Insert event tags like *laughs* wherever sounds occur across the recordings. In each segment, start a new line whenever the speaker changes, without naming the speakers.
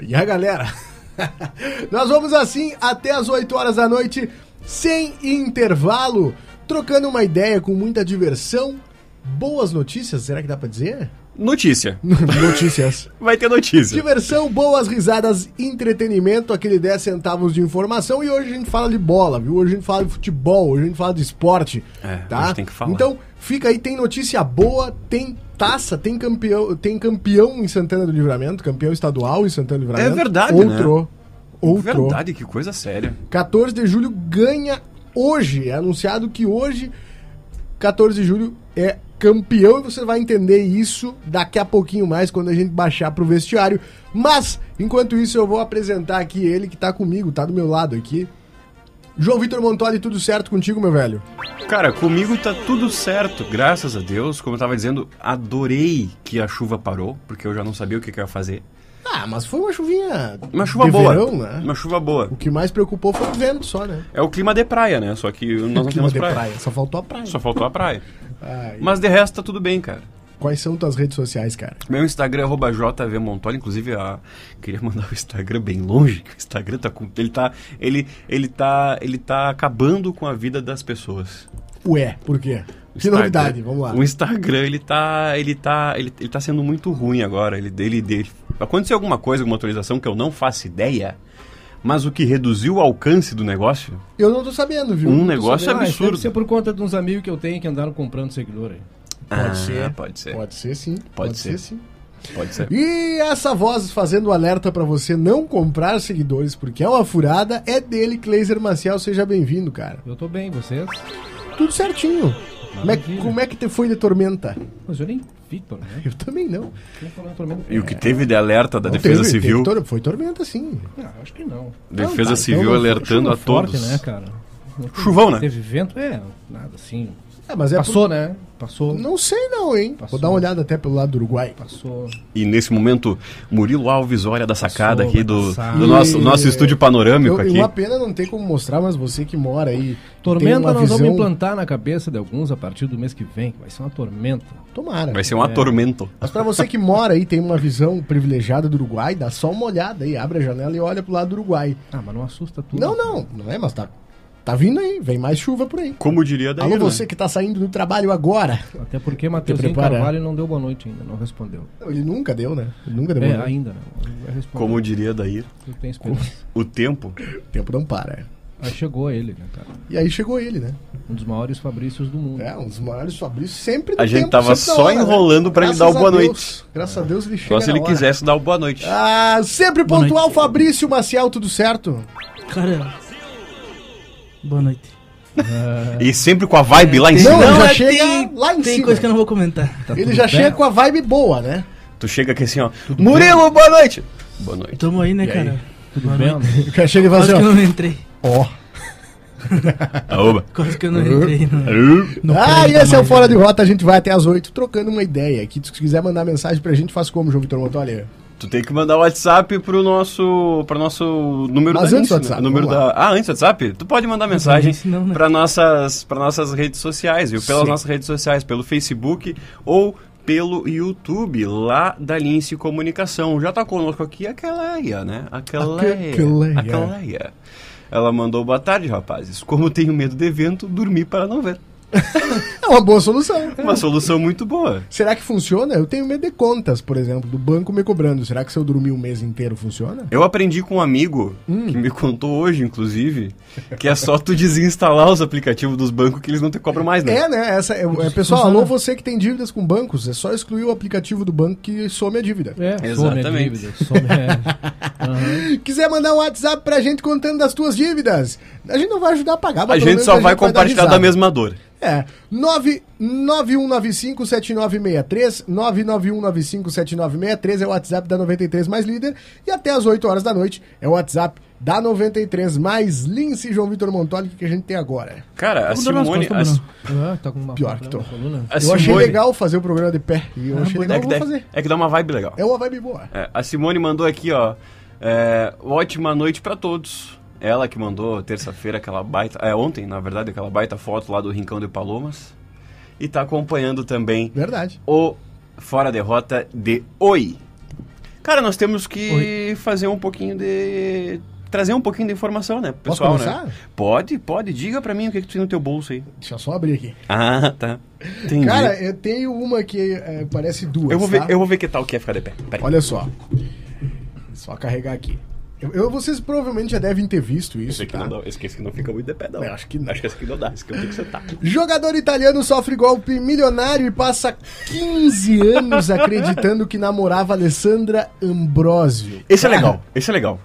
E a galera? *laughs* Nós vamos assim até as 8 horas da noite, sem intervalo, trocando uma ideia com muita diversão, boas notícias, será que dá para dizer?
Notícia.
Notícias.
Vai ter notícia.
Diversão, boas risadas, entretenimento, aquele 10 centavos de informação. E hoje a gente fala de bola, viu? Hoje a gente fala de futebol, hoje a gente fala de esporte.
É,
tá?
tem que falar.
Então, fica aí, tem notícia boa, tem taça, tem campeão, tem campeão em Santana do Livramento, campeão estadual em Santana do Livramento.
É verdade,
Outro. Né? Outro.
É verdade, que coisa séria.
14 de julho ganha hoje. É anunciado que hoje, 14 de julho, é campeão e você vai entender isso daqui a pouquinho mais quando a gente baixar pro vestiário. Mas, enquanto isso, eu vou apresentar aqui ele que tá comigo, tá do meu lado aqui. João Vitor Montoli, tudo certo contigo, meu velho?
Cara, comigo tá tudo certo, graças a Deus. Como eu tava dizendo, adorei que a chuva parou, porque eu já não sabia o que, que eu ia fazer.
Ah, mas foi uma chuvinha.
Uma chuva boa.
Verão, né?
Uma chuva boa.
O que mais preocupou foi o vento só, né?
É o clima de praia, né? Só que nós não
clima
temos praia. praia.
Só faltou a praia.
Só faltou a praia. mas de resto tá tudo bem, cara.
Quais são tuas redes sociais, cara?
Meu Instagram é jvmontola, inclusive a queria mandar o Instagram bem longe, que o Instagram tá com ele tá ele ele tá ele tá acabando com a vida das pessoas.
Ué, por quê? Que Instagram. novidade, vamos lá.
O Instagram, ele tá. Ele tá. Ele, ele tá sendo muito ruim agora. Ele dele dele. Aconteceu alguma coisa, alguma atualização que eu não faço ideia. Mas o que reduziu o alcance do negócio?
Eu não tô sabendo, viu?
Um negócio sabendo. absurdo. Ah, deve
ser por conta de uns amigos que eu tenho que andaram comprando seguidor aí.
Pode ah, ser.
Pode ser.
Pode ser sim.
é Pode, pode ser. ser sim. Pode ser.
E essa voz fazendo alerta para você não comprar seguidores porque é uma furada é dele, Cleiser Maciel. Seja bem-vindo, cara.
Eu tô bem, vocês?
Tudo certinho. Como é, como é, que te foi de Tormenta?
Mas eu nem né? vi Tormenta.
Eu também não.
E o que teve de alerta da não Defesa teve, Civil?
Teve, foi Tormenta, sim.
Ah, acho que não.
Defesa não, tá, Civil então, alertando a todos.
Forte, né, cara? Não
teve, Chuvão, né?
Teve vento? É, nada assim.
É, mas é
Passou, por... né? Passou.
Não sei não, hein? Passou. Vou dar uma olhada até pelo lado do Uruguai.
Passou.
E nesse momento, Murilo Alves olha da sacada Passou, aqui do, do nosso, e... nosso estúdio panorâmico
eu,
aqui.
Uma pena não ter como mostrar, mas você que mora aí.
Tormenta nós visão... vamos implantar na cabeça de alguns a partir do mês que vem. Vai ser uma tormenta.
Tomara.
Vai ser um é. atormento.
Mas para você que mora aí tem uma visão privilegiada do Uruguai, dá só uma olhada aí, abre a janela e olha pro lado do Uruguai.
Ah, mas não assusta tudo.
Não, não, não é, mas tá Tá vindo aí, vem mais chuva por aí.
Como diria daí.
Alô, você né? que tá saindo do trabalho agora.
Até porque Matheus Carvalho não deu boa noite ainda, não respondeu.
Ele nunca deu, né? Ele nunca deu
é,
boa noite.
ainda não.
Como diria daí. O tempo.
O tempo não para.
Aí chegou ele, né, cara?
E aí chegou ele, né?
Um dos maiores Fabrícios do mundo.
É, um dos maiores Fabrícios sempre
A gente tempo, tava só hora, enrolando né? para ele dar o boa
Deus.
noite.
Graças é. a Deus ele chegou.
Só se ele hora. quisesse dar o boa noite.
Ah, sempre boa pontual, noite. Fabrício Maciel, tudo certo?
Cara, Boa noite.
e sempre com a vibe lá em
Não,
cima.
ele já
mas
chega
tem-
lá em
Tem
cima.
coisa que eu não vou comentar.
Tá
Ele
tudo
já
bem?
chega com a vibe boa, né? *laughs*
Tu chega aqui assim, ó. Murilo, boa noite! Boa noite.
Tamo aí, né,
E aí?
cara?
Tudo
Boa
bem?
noite.
Já chega e fala
Quase
assim,
que eu
ó.
não entrei.
Aoba.
Quase que eu não entrei. Não. Não
ah,
quero
e
entrar
esse é o
mais,
Fora
né?
de Rota, a gente vai até as 8 trocando uma ideia aqui. Se quiser mandar mensagem pra gente, faz como, João Vitor Montoli?
Tu tem que mandar o WhatsApp pro nosso, pro nosso número
Mas
da
antes do
Insta, né?
WhatsApp,
O número
vamos
da... Ah, antes do WhatsApp? Tu pode mandar mensagem
antes não, né?
para nossas para nossas redes sociais, viu? Pelas nossas redes sociais, pelo Facebook ou pelo YouTube, lá da Lince Comunicação. Já tá conosco aqui a Keleia, né? A Keleia.
Keleia.
A Keleia. Ela mandou boa tarde, rapazes. Como tenho medo de evento, dormi para não ver.
É uma boa solução.
Uma solução muito boa.
Será que funciona? Eu tenho medo de contas, por exemplo, do banco me cobrando. Será que se eu dormir um mês inteiro funciona?
Eu aprendi com um amigo, que
Hum.
me contou hoje, inclusive, que é só tu desinstalar os aplicativos dos bancos que eles não te cobram mais, né?
É, né? Essa, é, é, pessoal, alô, você que tem dívidas com bancos, é só excluir o aplicativo do banco que some a dívida.
É,
Exatamente.
Exatamente. Dívida, some, é. Aham.
Quiser mandar um WhatsApp pra gente contando das tuas dívidas, a gente não vai ajudar a pagar,
A
pelo
gente
menos
só vai
dar
compartilhar da
risada.
mesma dor.
É, 991957963, 991957963 é o WhatsApp da 93 mais líder e até às 8 horas da noite é o WhatsApp da 93 mais Lince e João Vitor Montoli que a gente tem agora. É
Cara, a
Tá com dor nas
Simone.
costas,
a-
Bruno.
Ah, tá com uma
Pior que tô.
coluna.
a
eu achei
Simone-
legal fazer o programa de pé e eu achei legal,
É
eu
que,
vou
dá-
fazer.
é que dá uma vibe legal.
É uma vibe boa.
É, a Simone mandou aqui, ó. é, ótima noite pra todos. Ela que mandou terça-feira aquela baita. É, ontem, na verdade, aquela baita foto lá do Rincão de Palomas. E tá acompanhando também
Verdade.
o Fora Derrota de Oi. Cara, nós temos que fazer um pouquinho de. trazer um pouquinho de informação, né? pro
Posso
Pessoal, né?
começar?
Pode, pode. Diga pra mim o que, que tu tem no teu bolso aí.
Deixa eu só abrir aqui.
Ah, tá. Entendi.
Cara, eu tenho uma que é, parece duas,
eu, vou
tá?
ver, eu vou ver que tal que é ficar de pé. Peraí.
Olha só. Só carregar aqui. Eu, eu- vocês provavelmente já devem ter visto isso,
Esse aqui,
tá?
não dá, esse esse aqui não fica muito de pé, não.
Eu acho que não.
Acho que esse aqui não dá, esse aqui eu tenho que tá. sentar.
Jogador italiano sofre golpe milionário e passa 15
*laughs*
anos acreditando que namorava Alessandra Ambrosio.
Esse é legal, esse é legal.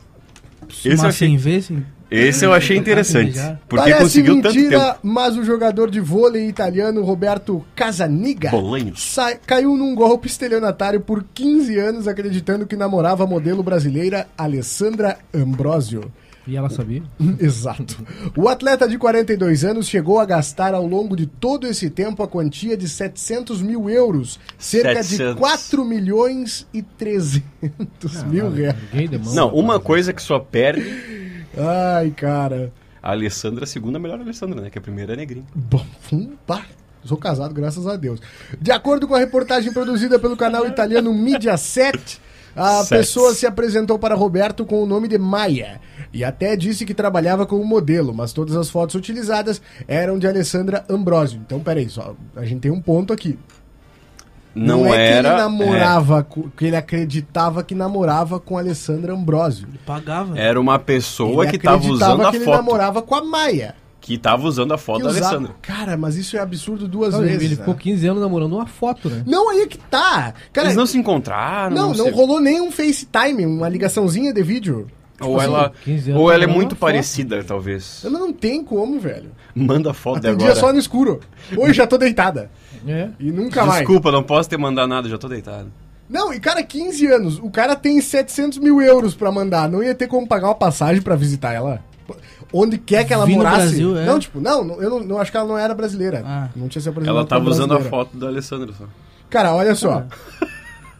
Esse eu
Mas sem
achei,
ver, sim.
esse eu
Tá assim
achei interessante.
Parece
Porque conseguiu tanto tempo.
mas o jogador de vôlei italiano Roberto Casaniga
Bolanhos.
sai- caiu num golpe estelionatário por 15 anos acreditando que namorava a modelo brasileira Alessandra Ambrosio.
E ela sabia?
*laughs* Exato. O atleta de 42 anos chegou a gastar ao longo de todo esse tempo a quantia de 700 mil euros, cerca
700.
de 4 milhões e 300 mil reais.
Ninguém demanda.
Não, uma coisa que só perde
Ai, cara.
A Alessandra, a segunda melhor Alessandra, né? Que a primeira é negrinha.
Bom, hum, pá. Sou casado, graças a Deus. De acordo com a reportagem produzida pelo canal italiano Media 7, a
Sete.
pessoa se apresentou para Roberto com o nome de Maia e até disse que trabalhava como modelo, mas todas as fotos utilizadas eram de Alessandra Ambrosio. Então, peraí, só, a gente tem um ponto aqui.
Não, era.
é
é.
que ele namorava, com- que ele acreditava que namorava com Alessandra Ambrosio.
Pagava.
é, era uma pessoa
Ele
é que tava
acreditava
usando a
que ele
foto.
namorava com a Maia.
Que tava usando a foto
que
da
usava-
Alessandra.
Cara, mas isso é absurdo duas
Não,
vezes.
ele, ele
né?
ficou 15 anos namorando uma foto, né?
Não, aí que tá. Cara,
Eles não se encontraram.
não, não
sei.
rolou nem um FaceTime, uma ligaçãozinha de vídeo.
Ou ela,
15 Tipo assim, anos
ou ela é
namorando
muito
uma foto.
parecida, talvez.
Mas não tem como, velho.
Manda a foto de
Tem
agora.
dia só no escuro. Hoje já tô deitada.
É.
E nunca mais.
Desculpa, não posso te mandar nada, já tô deitado.
Não, e cara, 15 anos. O cara tem 700 mil euros pra mandar. Não ia ter como pagar uma passagem pra visitar ela. Onde quer que ela
Vi no
morasse.
Brasil, é.
Não, tipo, não, não, eu não, não acho que ela não era brasileira.
Ah.
Não tinha se apresentado.
Ela tava
como
usando a
brasileira.
foto da Alessandra só.
Cara, olha só.
É.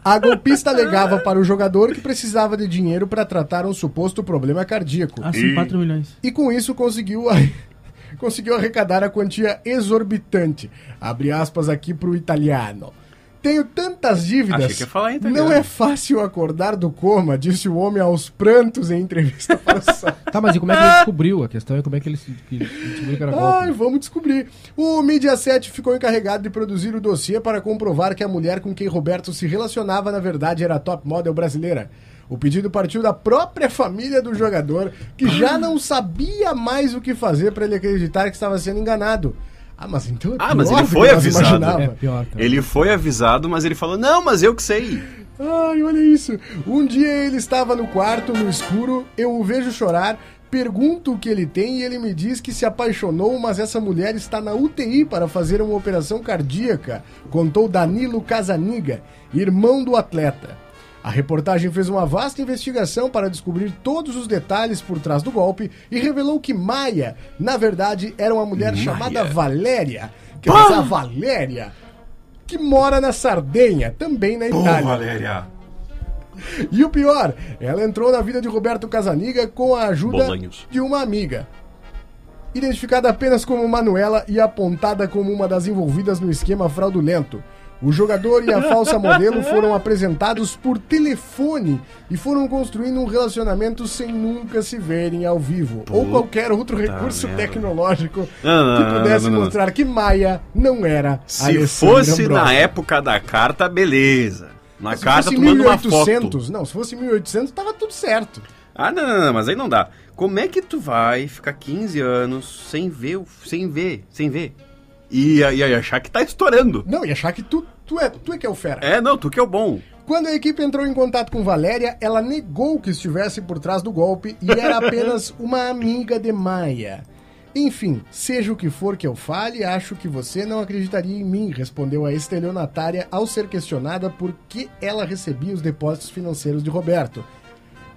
A golpista alegava para o jogador que precisava de dinheiro pra tratar um suposto problema cardíaco.
Ah, sim, 4 milhões.
e com isso conseguiu, *laughs* conseguiu arrecadar a quantia exorbitante. Abre aspas aqui pro italiano. Tenho tantas dívidas.
Achei que ia falar em italiano.
não é fácil acordar do coma, disse o homem aos prantos em entrevista para o site.
Tá, mas e como é que ele descobriu? A questão é como é que ele se- que ele descobriu que era
Ai,
golpe.
vamos descobrir. O Media 7 ficou encarregado de produzir o dossiê para comprovar que a mulher com quem Roberto se relacionava, na verdade, era a top model brasileira. O pedido partiu da própria família do jogador, que já não sabia mais o que fazer para ele acreditar que estava sendo enganado. Ah, mas então é
Ah, mas
pior
ele
do que
foi
nós
avisado.
imaginava.
É pior, cara.
Ele foi avisado, mas ele falou: Não, mas eu que sei.
Ai, olha isso. Um dia ele estava no quarto, no escuro, eu o vejo chorar, Pergunto o que ele tem e ele me diz que se apaixonou, mas essa mulher está na UTI para fazer uma operação cardíaca, contou Danilo Casaniga, irmão do atleta. A reportagem fez uma vasta investigação para descobrir todos os detalhes por trás do golpe e revelou que Maia, na verdade, era uma mulher Maia. chamada Valéria. Que era Valéria, que mora na Sardenha, também na Itália.
Pô, Valéria.
E o pior, ela entrou na vida de Roberto Casaniga com a ajuda Bolanhos. de uma amiga. Identificada apenas como Manuela e apontada como uma das envolvidas no esquema fraudulento. O jogador e a falsa modelo foram apresentados por telefone e foram construindo um relacionamento sem nunca se verem ao vivo Puta ou qualquer outro recurso merda. tecnológico não, não, que pudesse não, mostrar que Maia não era
Se Alessandra fosse Ambrosio. na época da carta, beleza. Na mas carta, tu manda 1800, uma foto.
Não, se fosse 1800, tava tudo certo.
Ah, não, não, não, mas aí não dá. Como é que tu vai ficar 15 anos sem ver, sem ver, sem ver? E, e, e, achar que tá estourando.
Não, e achar que tu, tu, é, tu é que é o fera.
É, não, tu que é o bom.
Quando a equipe entrou em contato com Valéria, ela negou que estivesse por trás do golpe e
*laughs*
era apenas uma amiga de Maia. Enfim, seja o que for que eu fale, acho que você não acreditaria em mim, respondeu a estelionatária ao ser questionada por que ela recebia os depósitos financeiros de Roberto.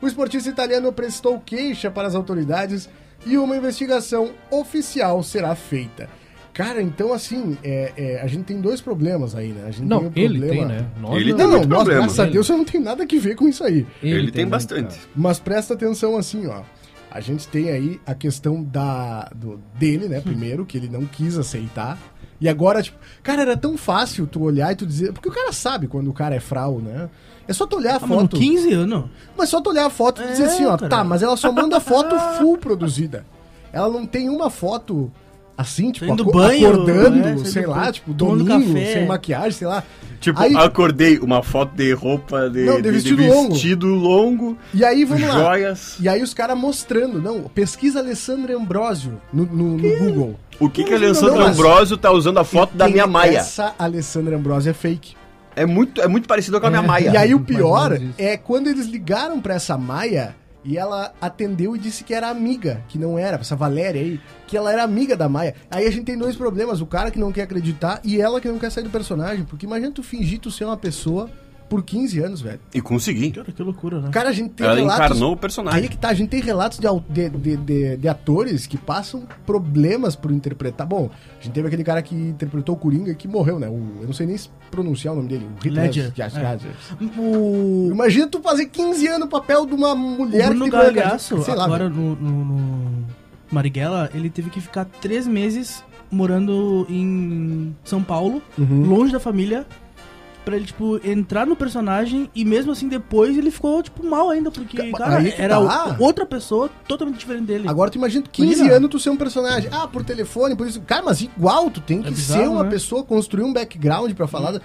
O esportista italiano prestou queixa para as autoridades e uma investigação oficial será feita. Cara, então assim, é, é, a gente tem dois problemas aí, né? A gente
não, tem um problema... ele tem, né?
Nós ele não, tem né? não, nós, graças a Deus, eu não tenho nada que ver com isso aí.
Ele, ele tem, tem, bastante. Muito,
Mas presta atenção assim, ó. A gente tem aí a questão da do, dele, né? Primeiro, que ele não quis aceitar. E agora, tipo, cara, era tão fácil tu olhar e tu dizer. Porque o cara sabe quando o cara é frau, né? É só tu olhar a ah, foto.
Mano, 15 anos.
Mas só tu olhar a foto e é, dizer assim, ó, cara. tá, mas ela só manda *laughs* foto full produzida. Ela não tem uma foto assim, tipo,
ac banho,
acordando, é, sei lá, do... tipo, domingo, café. sem maquiagem, sei lá.
Tipo, aí... acordei, uma foto de roupa, de, não, de vestido, de vestido longo. longo.
E aí, vamos
joias. lá. Joias.
E aí os caras mostrando, não, pesquisa Alessandra Ambrosio no, no, no Google. é
O que que a Alessandra não, Ambrosio tá usando a foto da minha Maia?
Essa Alessandra Ambrosio é fake.
É muito, é muito parecido com a minha é. Maia.
E aí o pior é quando eles ligaram pra essa Maia, e ela atendeu e disse que era amiga, que não era, essa Valéria aí, que ela era amiga da Maia. Aí a gente tem dois problemas, o cara que não quer acreditar e ela que não quer sair do personagem, porque imagina tu fingir tu ser uma pessoa por 15 anos, velho.
E consegui.
Cara, que loucura, né?
Cara, a gente tem
ela relatos... encarnou o personagem.
Aí que tá, a gente tem relatos de, de, de, de, atores que passam problemas por interpretar. Bom, a gente teve aquele cara que interpretou o Coringa que morreu, né? O, eu não sei nem pronunciar o nome dele. O
Ledger.
É. O... Imagina tu fazer 15 anos o papel de uma mulher o
Bruno que tem Galhaço, sei lá, agora no, no, no Marighella, ele teve que ficar três meses morando em São Paulo, uhum. longe da família, pra ele, tipo, entrar no personagem e mesmo assim depois ele ficou, tipo, mal ainda, porque, cara, era tá outra pessoa totalmente diferente dele.
Agora tu imagina 15 imagina. anos tu ser um personagem. Ah, por telefone, por isso. Cara, mas igual, tu tem que é bizarro, ser uma né? pessoa, construir um background pra falar. Hum.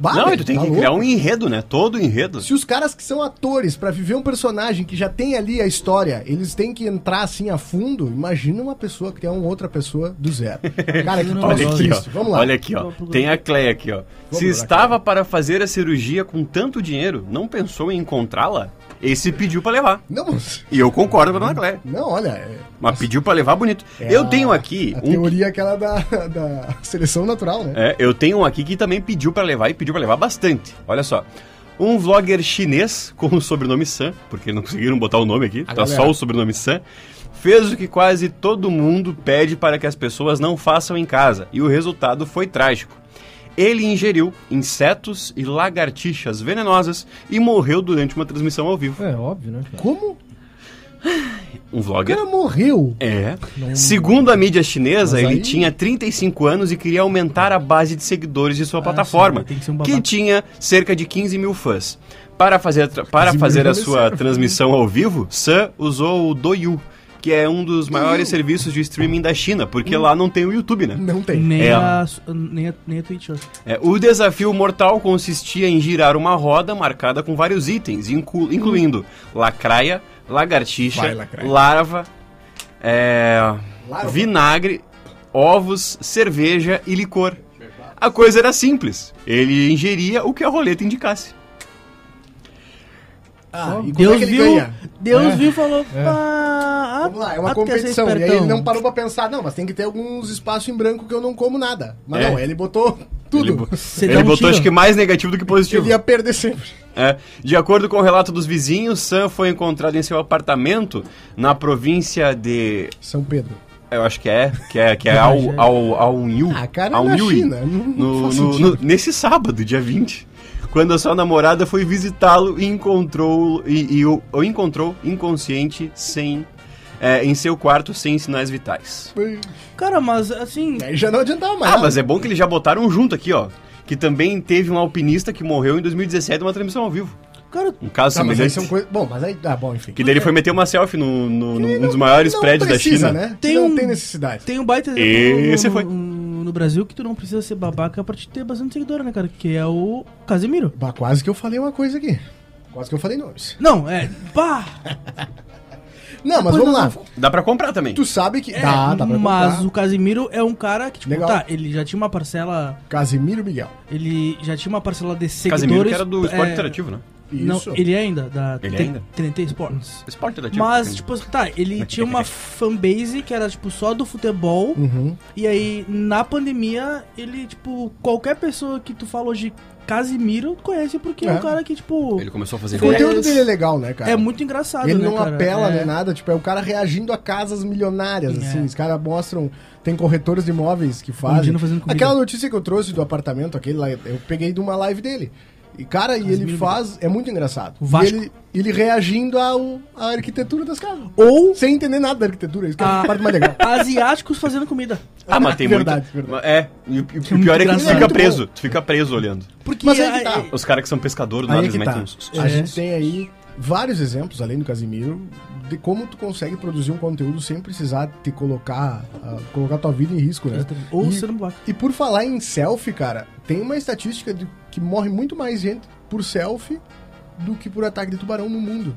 Bah, não, tu tem tá que louco. criar um enredo, né? Todo enredo.
Se os caras que são atores, para viver um personagem que já tem ali a história, eles têm que entrar assim a fundo, imagina uma pessoa criar uma outra pessoa do
*laughs*
zero.
Cara, que olha aqui, ó, Vamos lá. Olha aqui, ó. Tem a Cleia aqui, ó. Vamos Se estava aqui. para fazer a cirurgia com tanto dinheiro, não pensou em encontrá-la? Esse pediu para levar.
Não, mas...
E eu concordo com a Dona Cleia.
Não, olha. É...
Mas Nossa. pediu para levar bonito. É eu tenho aqui.
A um... teoria aquela da, *laughs* da seleção natural, né?
É, eu tenho um aqui que também pediu para levar e pediu para levar bastante. Olha só. Um vlogger chinês com o sobrenome San, porque não conseguiram botar o nome aqui, a tá galera. só o sobrenome San, fez o que quase todo mundo pede para que as pessoas não façam em casa, e o resultado foi trágico. Ele ingeriu insetos e lagartixas venenosas e morreu durante uma transmissão ao vivo.
É óbvio, né? Cara?
Como?
Um vlogger.
O cara morreu.
É. Não... Segundo a mídia chinesa, Mas ele aí... tinha 35 anos e queria aumentar a base de seguidores de sua ah, plataforma, sim, um que tinha cerca de 15 mil fãs. Para fazer, para fazer a *laughs* sua transmissão ao vivo, Sam usou o Douyu, que é um dos maiores serviços de streaming da China, porque hum. lá não tem o YouTube, né?
Não tem.
Nem, é. a, nem, a, nem a Twitch.
É, o desafio mortal consistia em girar uma roda marcada com vários itens, inclu, incluindo hum. lacraia, lagartixa, Vai, lacraia. larva, é, larva, vinagre, ovos, cerveja e licor. A coisa era simples. Ele ingeria o que a roleta indicasse.
Ah, e Deus é viu, ganha? Deus é. viu e falou. É. Ah,
Vamos lá, é uma competição. E aí ele não parou pra pensar, não, mas tem que ter alguns espaços em branco que eu não como nada. Mas é. não, ele botou tudo.
Ele, bo ele um botou tiro. acho que mais negativo do que positivo.
Ele ia perder sempre.
É. De acordo com o relato dos vizinhos, Sam foi encontrado em seu apartamento na província de.
São Pedro.
Eu acho que é, que é, que é ao, ao, ao New.
Ah, cara,
Hum. ao
na New, China.
No, no, no, nesse sábado, dia 20 quando a sua namorada foi visitá-lo e encontrou e, e o, o, encontrou inconsciente sem é, em seu quarto sem sinais vitais.
Cara, mas assim.
É, já não adiantava mais.
Ah, mas é bom que eles já botaram junto aqui, ó. Que também teve um alpinista que morreu em 2017 uma transmissão ao vivo.
Cara,
um caso tá, semelhante.
Mas coisa... Bom, mas aí. Ah, bom, enfim.
Que dele foi meter uma selfie num no, no, no um dos maiores não prédios precisa, da China.
Né? Tem não um, tem necessidade.
Tem um baita.
Esse foi. Um
no Brasil que tu não precisa ser babaca pra te ter bastante seguidor, né, cara? Que é o Casemiro.
Bah, quase que eu falei uma coisa aqui. Quase que eu falei nomes.
Não, é. Bah!
não, mas Depois vamos lá.
Dá pra comprar também.
Tu sabe que.
É, dá, dá pra mas comprar. o Casemiro é um cara que, tipo, Legal. tá, ele já tinha uma parcela.
Casemiro Miguel.
Ele já tinha uma parcela de seguidores.
Casemiro que era do esporte é... interativo, né?
Isso. Não, ele é ainda, da
ele é ainda?
TNT Sports.
Sport da
Mas, tipo, tá,
*laughs*
ele tinha uma fanbase que era, tipo, só do futebol. Uhum. E aí, na pandemia, ele, tipo, qualquer pessoa que tu fala hoje, Casimiro, conhece porque é. é um cara que, tipo.
Ele começou a fazer
O conteúdo dele é legal, né, cara?
É muito engraçado,
ele
né,
não
cara?
apela,
é.
né, nada. Tipo, é o cara reagindo a casas milionárias, é. assim. Os caras mostram. Tem corretores de imóveis que fazem. Aquela notícia que eu trouxe do apartamento, aquele lá, eu peguei de uma live dele. E, cara, e ele faz. É muito engraçado.
Ele,
ele reagindo ao, à arquitetura das casas.
Ou. Ah.
Sem entender nada da arquitetura. Isso que é a parte mais legal.
*laughs* Asiáticos fazendo comida.
Ah, mas tem
verdade, muito. né? Verdade.
É. E, o pior é, que tu fica preso. Tu fica preso olhando.
Porque mas aí tá.
os caras que são pescadores, né, nada, eles metem
é tá.
É.
A gente tem aí vários exemplos, além do Casimiro, de como tu consegue produzir um conteúdo sem precisar te colocar, uh, colocar tua vida em risco, né?
Ou um sendo babaca.
E por falar em selfie, cara, tem uma estatística de que morre muito mais gente por selfie do que por ataque de tubarão no mundo.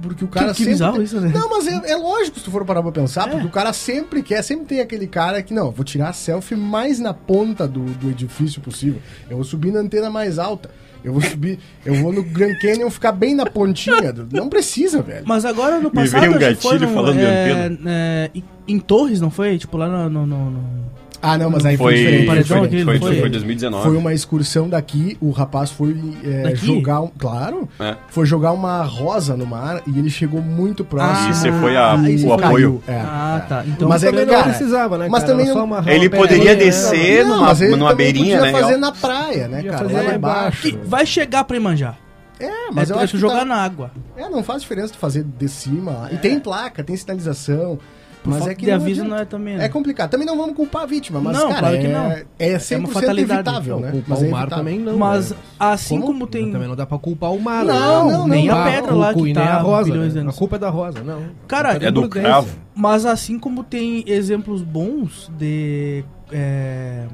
Porque o cara
que, que bizarro
tem...
isso, né?
Não, mas é, é, lógico se tu for parar pra pensar, é. porque o cara sempre quer, sempre tem aquele cara que, não, vou tirar a selfie mais na ponta do, do edifício possível. Eu vou subir na antena mais alta. Eu vou subir, eu vou no Grand Canyon ficar bem na pontinha. Do... Não precisa, velho.
Mas agora no passado. Me
veio um gatilho no, falando é, de
antena. É, em Torres, não foi? Tipo lá no. no, no, no...
Ah, não, mas aí
foi,
foi
diferente. Foi, foi, diferente. foi, foi 2019.
Foi uma excursão daqui, o rapaz foi é, jogar um. Claro! É. Foi jogar uma rosa no mar e ele chegou muito próximo. Ah,
e você foi a, o foi apoio. É,
ah, tá. Então
mas é que,
cara, não precisava, né?
Mas
cara,
também. Não...
ele poderia
né?
descer não, numa, numa beirinha, né?
fazer na praia, né, cara? Fazer lá embaixo.
um vai chegar pra manjar.
É, mas
é,
eu acho que
jogar tá... na água.
É, não faz diferença tu fazer de cima. É. E tem placa, tem sinalização. Mas Falta é que
de aviso não é também.
Né? É complicado. Também não vamos culpar a vítima, mas não, cara, claro que não. É, é 100% é uma fatalidade. evitável, né?
Culpar mas o mar é também não.
Mas né? assim como, como tem.
Também não dá pra culpar o mar.
Não, né? não, não, nem não, a pedra lá que tá
a rosa. Né? A culpa é da rosa, não.
Cara,
é do cravo.
Mas assim como tem exemplos bons de é,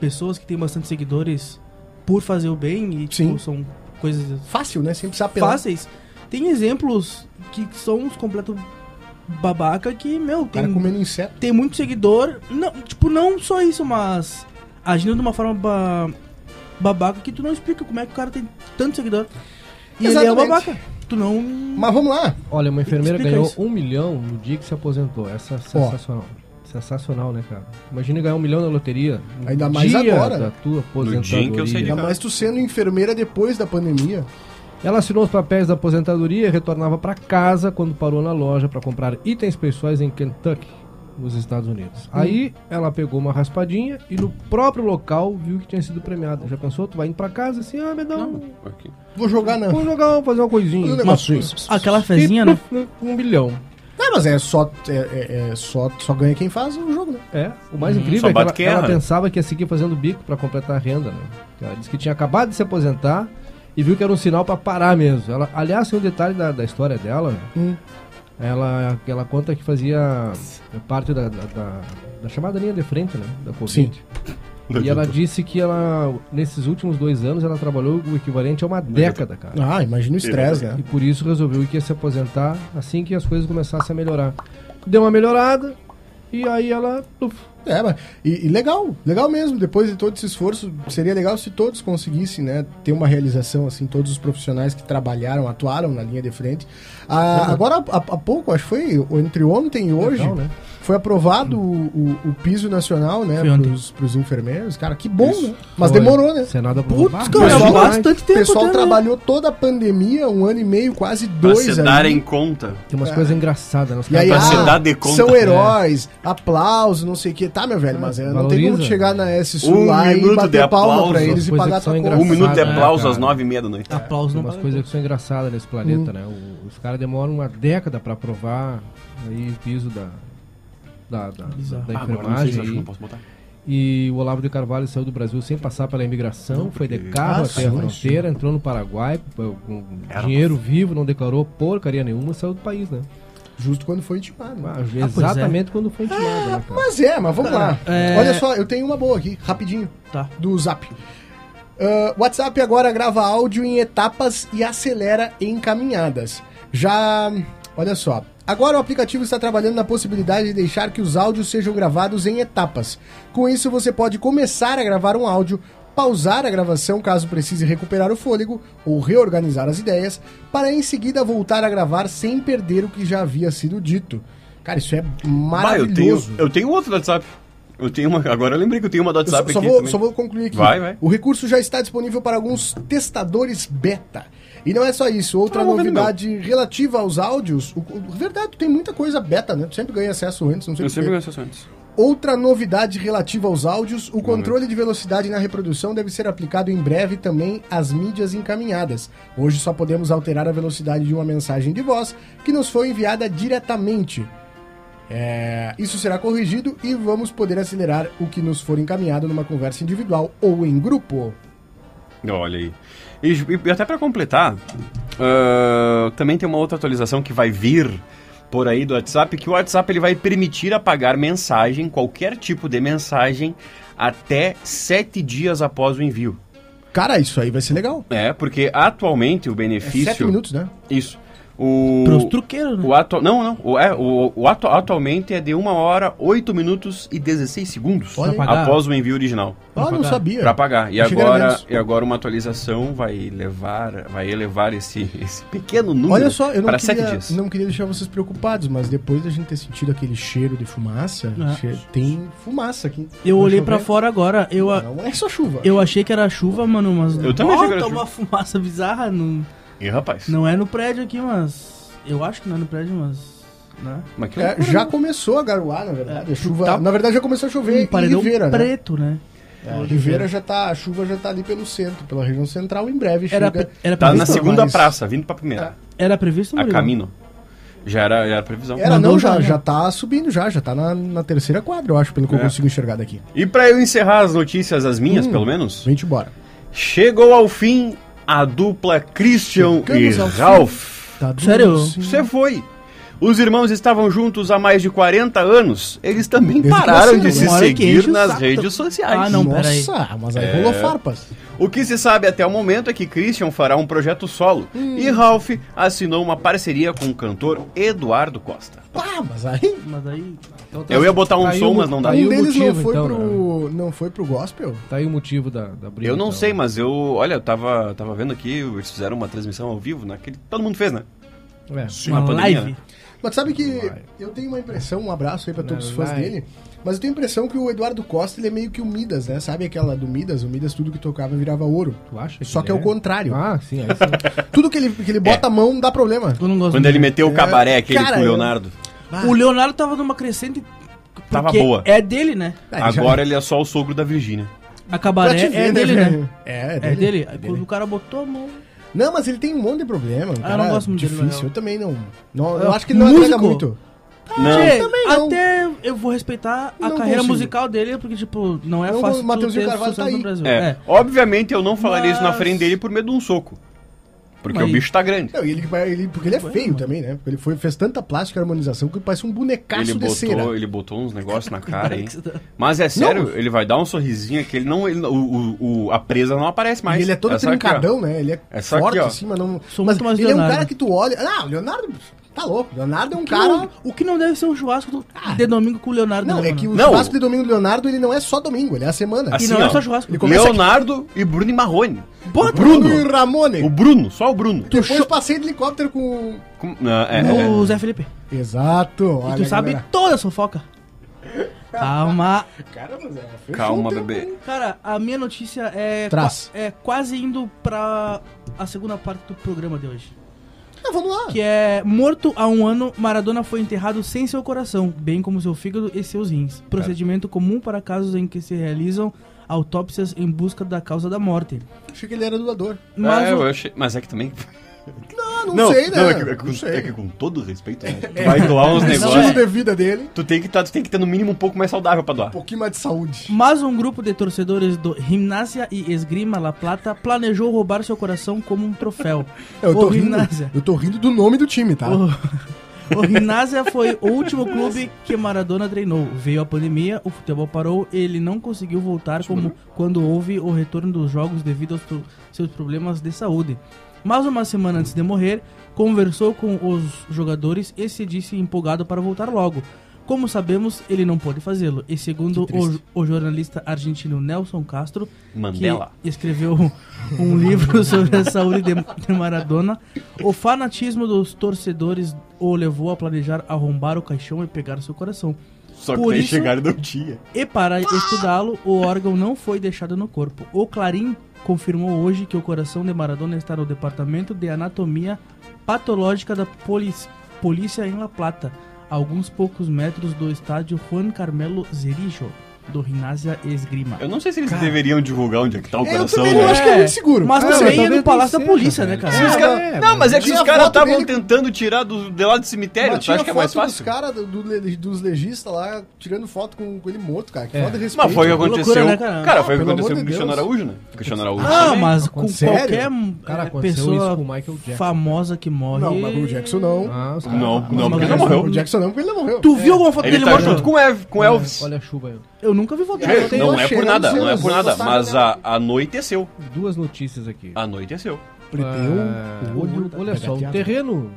pessoas que têm bastante seguidores por fazer o bem e tipo, são coisas
fácil, né? Sem precisar apelar.
Fáceis. Tem exemplos que são os completos babaca que, meu, tem,
comendo inseto.
tem muito seguidor. Não, tipo, não só isso, mas agindo de uma forma ba babaca que tu não explica como é que o cara tem tanto seguidor. E Exatamente. ele é babaca. Tu não.
Mas vamos lá.
Olha, uma enfermeira explica ganhou isso. um milhão no dia que se aposentou. Essa é sensacional. Oh. Sensacional, né, cara? Imagina ganhar um milhão na loteria.
Ainda mais agora.
Da tua aposentadoria.
No que eu sei,
Ainda mais tu sendo enfermeira depois da pandemia.
Ela assinou os papéis da aposentadoria e retornava para casa quando parou na loja para comprar itens pessoais em Kentucky, nos Estados Unidos. Aí ela pegou uma raspadinha e no próprio local viu que tinha sido premiada. Já pensou? Tu vai indo para casa assim, ah, me dá um...
Vou jogar não.
Vou jogar, vou fazer uma coisinha.
Um Mas, aquela fezinha, né?
Um bilhão.
Não, mas é só, é, é, só, só ganha quem faz o jogo, né?
É, o mais hum, incrível é que ela, que ela pensava que ia seguir fazendo bico para completar a renda, né? Ela disse que tinha acabado de se aposentar, e viu que era um sinal para parar mesmo. Ela, aliás, tem um detalhe da, da história dela. Hum. Ela, ela conta que fazia parte da, da, da, da chamada linha de frente, né? Da Covid. Sim. E ela disse que ela, nesses últimos dois anos, ela trabalhou o equivalente a uma década, cara.
Ah, imagina o estresse,
é
né?
E por isso resolveu que ia se aposentar assim que as coisas começassem a melhorar. Deu uma melhorada e aí ela uf,
É, mas, e, e, legal, legal mesmo. Depois de todo esse esforço, seria legal se todos conseguissem, né, ter uma realização assim, todos os profissionais que trabalharam, atuaram na linha de frente. Ah, agora há, há pouco, acho que foi entre ontem e hoje, legal, né? foi aprovado o, o, o, piso nacional, né, pros, pros, enfermeiros. Cara, que bom, né? Mas foi. demorou, né?
Senado
Putz, cara, pessoal, bastante tempo. né? O pessoal também. trabalhou toda a pandemia, um ano e meio, quase dois
pra se darem conta.
Tem umas é. coisas engraçadas. Nós
e aí, ah, são heróis, é. aplausos, não sei o que. Tá, meu velho, mas não tem como chegar na S
um lá e bater palma
pra eles e pagar
tua conta. Um minuto
né,
de aplauso às nove e meia da noite.
Ah,
É, aplauso não Umas coisas que são engraçadas nesse
Uhum.
planeta, né? Os caras demoram uma década pra aprovar aí o piso da, da, da, da ah, enfermagem. Sei, e o Olavo de Carvalho saiu do Brasil sem passar pela imigração, não, foi de
Ah,
carro até a fronteira, entrou no Paraguai com Era dinheiro possível. vivo, não declarou porcaria nenhuma, saiu do país, né?
Justo quando foi intimado.
Ah, exatamente é. quando foi intimado. É,
né, mas é, mas vamos lá. É... Olha só, eu tenho uma boa aqui, rapidinho,
tá.
do Zap. Uh, WhatsApp agora grava áudio em etapas e acelera em caminhadas. Já, olha só, Agora o aplicativo está trabalhando na possibilidade de deixar que os áudios sejam gravados em etapas. Com isso, você pode começar a gravar um áudio, pausar a gravação caso precise recuperar o fôlego ou reorganizar as ideias, para em seguida voltar a gravar sem perder o que já havia sido dito. Cara, isso é maravilhoso.
Bah, eu, tenho, eu tenho outro WhatsApp. Eu tenho uma, agora eu lembrei que eu tenho uma do WhatsApp
só, Só
aqui.
vou, também. só vou concluir aqui.
Vai, vai.
O recurso já está disponível para alguns testadores beta. E não é só isso,
Tá
outra ah, novidade relativa aos áudios. O, o, verdade, tem muita coisa beta, né? Tu sempre ganha acesso antes, não sei
Eu sempre ganho acesso antes.
Outra novidade relativa aos áudios, o controle de velocidade na reprodução deve ser aplicado em breve também às mídias encaminhadas. Hoje só podemos alterar a velocidade de uma mensagem de voz que nos foi enviada diretamente. É, isso será corrigido e vamos poder acelerar o que nos for encaminhado numa conversa individual ou em grupo.
Olha aí. E, e até para completar, uh, também tem uma outra atualização que vai vir por aí do WhatsApp, que o WhatsApp ele vai permitir apagar mensagem, qualquer tipo de mensagem, até sete dias após o envio.
Cara, isso aí vai ser legal.
É, porque atualmente o benefício... É
sete minutos, né?
Isso. O,
Pros truqueiros, né?
O atu... Não, não. O, é, o, o atu... atualmente é de 1 hora, 8 minutos e 16 segundos Olha. após o envio original.
Ah, não pagar. sabia.
Pra pagar. E agora, e agora uma atualização vai levar, vai elevar esse, esse pequeno número
Olha só, eu não,
para
queria,
7 dias.
não queria deixar vocês preocupados, mas depois da gente ter sentido aquele cheiro de fumaça, ah. cheiro, tem fumaça aqui.
é
Eu não olhei para fora agora. Eu a...
Não é só chuva.
Eu achei que era chuva, mano, mas.
Eu também achei que era
chuva. uma fumaça bizarra. Não...
E rapaz?
Não é no prédio aqui, mas. Eu acho que não é no prédio, mas. Né?
mas é, já começou a garoar, na verdade. É, chuva, tá... Na verdade, já começou a chover
um em Ribeira. preto, né?
né? É, Ribeira, Ribeira já tá. A chuva já tá ali pelo centro, pela região central, em breve.
Era, chega... era tá na segunda mas... praça, vindo pra primeira.
Era previsto,
Murilo? A caminho. Já era, já era previsão.
É, um Era, não, não já, já, já tá subindo, já, já tá na, na terceira quadra, eu acho, pelo que eu
É.
consigo enxergar daqui.
E para eu encerrar as notícias, as minhas, hum, pelo menos.
Vem embora.
Chegou ao fim a dupla Christian Chegamos e Ralph.
Tá Sério?
Você foi. Os irmãos estavam juntos há mais de 40 anos. Eles também Desde pararam de se seguir nas exato. redes sociais.
Ah, não, peraí. Nossa, mas aí rolou é... farpas.
O que se sabe até o momento é que Christian fará um projeto solo. Hum. E Ralph assinou uma parceria com o cantor Eduardo Costa.
Ah, mas aí...
Mas aí...
Então, tá Eu ia botar um tá som, o, mas não dá.
Tá um deles motivo, não, foi então, pro, né? não foi pro gospel?
Tá aí o motivo da, da briga.
Eu não então. sei, mas eu... Olha, eu tava, tava vendo aqui, eles fizeram uma transmissão ao vivo, naquele... Todo mundo fez, né?
É, Sim, uma, uma live. Né? Mas sabe que eu tenho uma impressão, um abraço aí pra todos os fãs dele, mas eu tenho a impressão que o Eduardo Costa ele é meio que o Midas, né? Sabe aquela do Midas? O Midas tudo que tocava virava ouro.
Tu acha? Que
Só que é, é o contrário.
Ah, sim, é
*laughs* Tudo que ele, que ele bota é. a mão dá problema.
Quando ele meteu o cabaré aquele Cara, com o Leonardo.
Eu... O Leonardo tava numa crescente.
Tava boa.
É dele, né?
Agora ele é só o sogro da Virgínia.
A cabaré ver, é dele, né?
É,
*laughs* é dele. É dele. Quando o cara botou a mão.
Não, mas ele tem um monte de problema. Um
ah, eu não gosto muito
difícil.
Dele,
eu também não. não eu, eu acho que ele não músico. entrega muito.
Ah, não. Tchê, também não. Até eu vou respeitar a não carreira consigo. musical dele, porque, tipo, não é não, fácil. O
Matheusinho Carvalho tá aí. No
Brasil. É. é. Obviamente eu não falaria mas... isso na frente dele por medo de um soco. Porque mas... o bicho tá grande.
Não, ele, ele, porque ele é Foi, feio mano. também, né? Porque ele foi, fez tanta plástica e harmonização que parece um bonecaço
ele botou,
de cera.
Ele botou uns negócios *laughs* na cara aí. Mas é sério, não. ele vai dar um sorrisinho que ele não. Ele, o, o, a presa não aparece mais.
E ele é todo Essa trincadão,
aqui,
né? Ele é Essa forte aqui, assim, mas não. Sou mas ele é um cara que tu olha. Ah, Leonardo. Tá louco. Leonardo é um cara.
Não, o que não deve ser um churrasco do, ah. de domingo com o Leonardo.
Não, é que o churrasco de domingo do Leonardo, ele não é só domingo, ele é a semana.
Assim, e não ó, é só churrasco. Leonardo aqui. e Bruno e Marrone.
Bota Bruno, Bruno e Ramone.
O Bruno, só o Bruno. ah,
Depois show... passei de helicóptero com.
com... Não, é, o é. Zé Felipe.
Exato.
Olha, e tu sabe galera. toda a fofoca. Calma.
Caramba, Zé, Calma, bebê.
Tempo. Cara, a minha notícia é,
Traz.
é quase indo pra a segunda parte do programa de hoje.
Ah, vamos lá.
Que é morto há um ano, Maradona foi enterrado sem seu coração, bem como seu fígado e seus rins. Procedimento Cara. comum para casos em que se realizam autópsias em busca da causa da morte. um
Achei que ele era doador.
Mas, é, o... achei... Mas é que também.
Não, não, não, sei, né?
Não, é, que, é, que,
não sei.
é que é. com todo respeito, né? Tu vai doar uns negócios.
O estilo de vida dele.
Tu tem, que tá, tu tem que ter no mínimo um pouco mais saudável pra doar. Um
pouquinho mais de saúde.
Mas um grupo de torcedores do Gimnasia e Esgrima La Plata planejou roubar seu coração como
*laughs*
um troféu.
É, eu, tô o rindo, Gimnasia. eu tô rindo do nome do time, tá?
O... O Gimnasia foi o último clube que Maradona treinou. Veio a pandemia, o futebol parou e ele não conseguiu voltar como quando houve o retorno dos jogos devido aos pro... seus problemas de saúde. Mas uma semana antes de morrer, conversou com os jogadores e se disse empolgado para voltar logo. Como sabemos, ele não pôde fazê-lo. E segundo o, o, jornalista argentino Nelson Castro,
Mandela.
que escreveu um livro *laughs* sobre a saúde de, de Maradona, o fanatismo dos torcedores o levou a planejar arrombar o caixão e pegar seu coração.
Só que Por isso, chegaram no dia.
E para estudá-lo, o órgão não foi deixado no corpo. O Clarim confirmou hoje que o coração de Maradona está no departamento de anatomia patológica da polícia em La Plata, a alguns poucos metros do estádio Juan Carmelo Zerijo. Do Rinásia Esgrima.
Eu não sei se eles cara. deveriam divulgar onde é que tá o
eu
coração.
Eu, né? eu acho que é muito seguro.
Mas
é,
também é do Palácio da Polícia, né, cara?
É, cara... É, não, mas é que os caras estavam dele... tentando tirar do, de lá do cemitério. Mas tu acha que é mais fácil?
Os caras do, do, dos legistas lá tirando foto com, com ele morto, cara. Que é. foda de respeito.
Mas foi o que aconteceu. Loucura, né, cara? cara, foi o que aconteceu com o Cristiano Araújo, né? O Cristiano Araújo.
Ah, mas com qualquer pessoa famosa que morre.
Não, mas o Jackson
Ah,
não.
Não, não, porque ele não morreu.
O Jackson não, porque ele não morreu.
Tu viu alguma foto dele morto? Ele
tá junto com Elvis.
Olha a chuva aí.
Eu nunca vi foto
é, Não é por nada, não é por nada. Mas a, é anoiteceu.
Duas notícias aqui.
Anoiteceu.
um
Ah, olha, olha só, um terreno.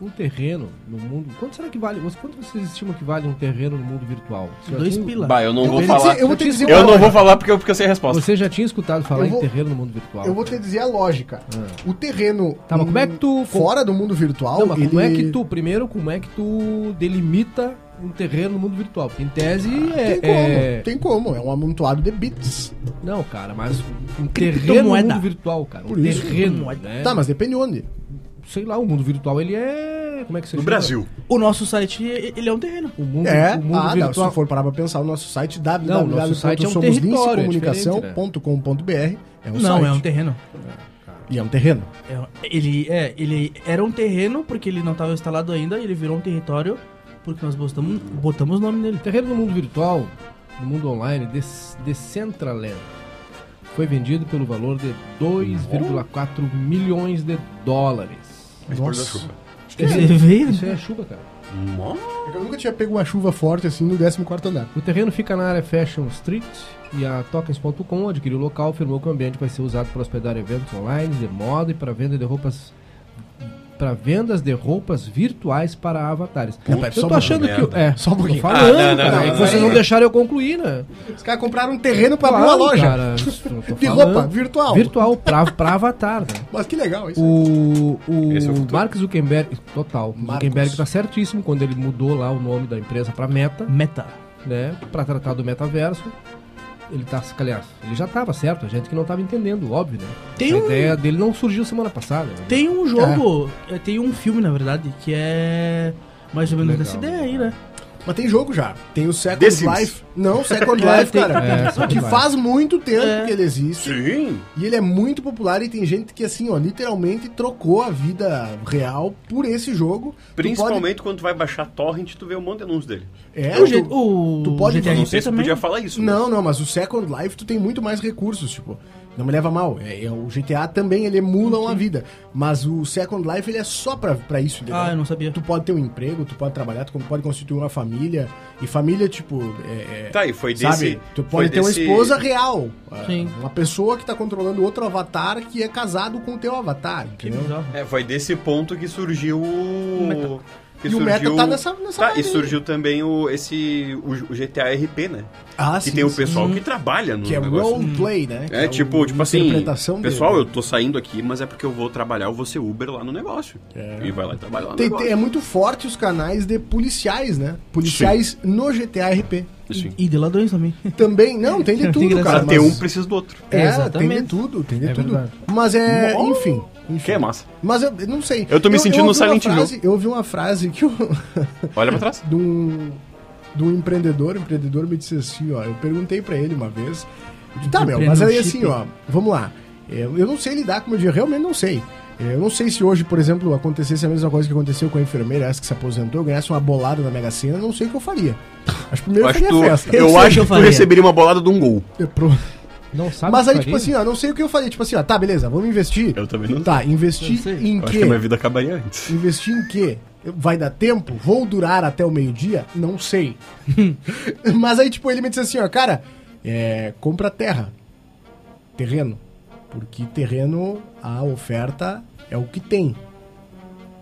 Um terreno no mundo. Quanto será que vale? Quanto vocês estimam que vale um terreno no mundo virtual?
Você Dois tinha... pila.
Bah, eu não eu vou falar. Dizer, eu, vou te dizer eu não lógica. vou falar porque eu, porque eu sei a resposta.
Você já tinha escutado falar vou, em terreno no mundo virtual?
Eu vou te dizer a lógica. Ah. O terreno.
Tá, mas como é que tu.
Fora do mundo virtual. Não,
mas ele... como é que tu. Primeiro, como é que tu delimita um terreno no mundo virtual. Porque em tese é.
Tem como, é... tem como, é um amontoado de bits.
Não, cara, mas um terreno no mundo virtual, cara.
Por um isso, terreno.
É.
Né? Tá, mas depende onde.
Sei lá, o mundo virtual ele é. Como é que você
No chama? Brasil.
O nosso site, ele é um terreno.
O mundo, é, o mundo ah, virtual. Não, se for parar pra pensar, o nosso site www.somoslincecomunicação.com.br é, um né?
é um Não, site. é um terreno.
E é um terreno.
É, ele, é, ele era um terreno, porque ele não estava instalado ainda, ele virou um território porque nós botamos, botamos o nome dele.
Terreno no mundo virtual, no mundo online, Decentraland, foi vendido pelo valor de 2,4 oh. milhões de dólares.
Nossa. Acho
que é, isso é chuva, cara.
Nossa. É Eu nunca tinha pego uma chuva forte assim no 14 andar.
O terreno fica na área Fashion Street e a Tokens.com adquiriu o local, afirmou que o ambiente vai ser usado para hospedar eventos online de moda e para venda de roupas para vendas de roupas virtuais para avatares.
Puta,
eu tô achando
merda.
que. É, só um pouquinho. Tô falando, ah, não, não, cara, não, vocês não deixaram eu concluir, né?
Os caras compraram um terreno para claro, abrir uma loja. *laughs* Cara, de roupa, virtual.
Virtual, para avatar, né?
Mas que legal isso.
O, o, Esse é o Mark Zuckerberg. Total. Marcos. Zuckerberg tá certíssimo quando ele mudou lá o nome da empresa para Meta.
Meta.
Né? Para tratar do metaverso ele tá, aliás, ele já estava certo, a gente que não estava entendendo, óbvio, né?
Tem
a
um...
ideia dele não surgiu semana passada. Né?
Tem um jogo, é. tem um filme, na verdade, que é mais ou menos Legal. dessa ideia aí, né?
Mas tem jogo já. Tem o Second Life. Não, Second Life, *laughs* é, cara. É, Second que faz muito tempo é. que ele existe.
Sim.
E ele é muito popular e tem gente que, assim, ó, literalmente trocou a vida real por esse jogo.
Principalmente tu pode... quando tu vai baixar torrent, tu vê um monte de anúncios dele.
É,
o, tu, o... tu pode...
É, não sei se tu podia falar isso.
Não, mas... não, mas o Second Life tu tem muito mais recursos, tipo... Não me leva mal. É, é, o GTA também, ele emula uma vida. Mas o Second Life, ele é só pra, pra isso, entendeu?
Ah, eu não sabia.
Tu pode ter um emprego, tu pode trabalhar, tu pode constituir uma família. E família, tipo... É,
Tá, e foi
sabe?
desse...
Tu
foi
pode ter
desse-
uma esposa real. Ah,
Sim.
Uma pessoa que tá controlando outro avatar que é casado com o teu avatar,
Que
entendeu?
bizarro.
É, foi desse ponto que surgiu o.
meta.
Que
E o meta tá nessa- nessa
Tá,
vibe aí.
e surgiu também o, esse, o, o GTA RP, né?
Ah,
que tem o pessoal que trabalha no
Que é
negócio.
roleplay, né? Que
É, tipo,
o-
tipo assim,
interpretação dele.
pessoal, eu tô saindo aqui, mas é porque eu vou trabalhar, eu vou ser Uber lá no negócio. E vai lá e trabalha lá no
É. Tem- tem-
um negócio.
é muito forte os canais de policiais, né? Policiais no GTA RP.
Assim.
E de ladrões também. *laughs*
Também, não, tem de
Tem
tudo,
engraçado.
cara.
Pra ter um,
Ah, mas-
precisa do outro.
É,
Exatamente.
tem de tudo, tem de
É
tudo.
verdade.
Mas é, enfim. enfim.
Que é massa.
Mas eu eu não sei.
Eu tô me sentindo
ouvi
no
uma
Silent Hill.
frase- Eu ouvi uma frase que *laughs* eu,
Olha pra trás.
de, um, de um empreendedor, o empreendedor me disse assim, ó, eu perguntei pra ele uma vez, eu disse, tá, meu, mas aí assim, ó, vamos lá, é, eu não sei lidar com o meu dinheiro, realmente não sei. É, Eu não sei se hoje, por exemplo, acontecesse a mesma coisa que aconteceu com a enfermeira, essa que se aposentou, eu ganhasse uma bolada na Mega Sena, eu não sei o que eu faria. Acho que primeiro
Eu
eu
acho,
faria
tu,
festa.
Eu
eu
sei o que
acho
eu
que tu
faria.
receberia uma bolada de um gol.
Eu pro-
Não sabe
Mas
o que
aí, tipo
faria?
assim, ó, eu não sei o que eu faria. Tipo assim, ó, tá, beleza, vamos investir.
Eu também não
Tá, investir
Eu sei.
em
Eu
quê?
acho que é a minha vida acabaria antes.
Investir em quê? Vai dar tempo? Vou durar até o meio-dia? Não
*laughs*
sei. Mas aí, tipo, ele me disse assim, ó, cara, é, compra terra. Terreno. Porque terreno, a oferta é o que tem.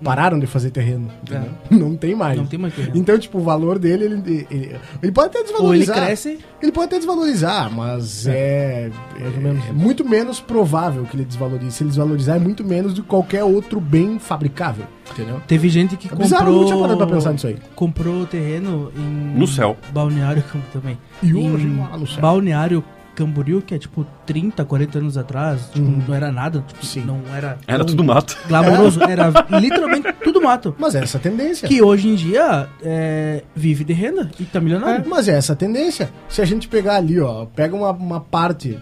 Pararam de fazer terreno. entendeu? Não tem mais.
É. Não tem mais terreno.
Então, tipo, o valor dele, ele, ele, ele pode até
Ou ele
desvalorizar.
cresce,
Ele pode até desvalorizar, mas é, é, é muito menos provável que ele desvalorize. Se ele desvalorizar, é muito menos do que qualquer outro bem fabricável, entendeu?
teve gente que
É
comprou...
bizarro, eu não tinha parado pra pensar nisso aí.
Comprou terreno em...
No céu.
Balneário Camboriú também.
E
Em
hoje, lá no céu.
Balneário Camboriú, que é tipo 30, 40 anos atrás, tipo, não era nada, tipo,
Hum. Sim.
não era...
Era
não
tudo mato.
Glamouroso, era
*laughs*
literalmente tudo mato.
Mas é essa a tendência.
Que hoje em dia é, vive de renda e tá
É,
milionário.
mas é essa a tendência. Se a gente pegar ali, ó, pega uma, uma parte.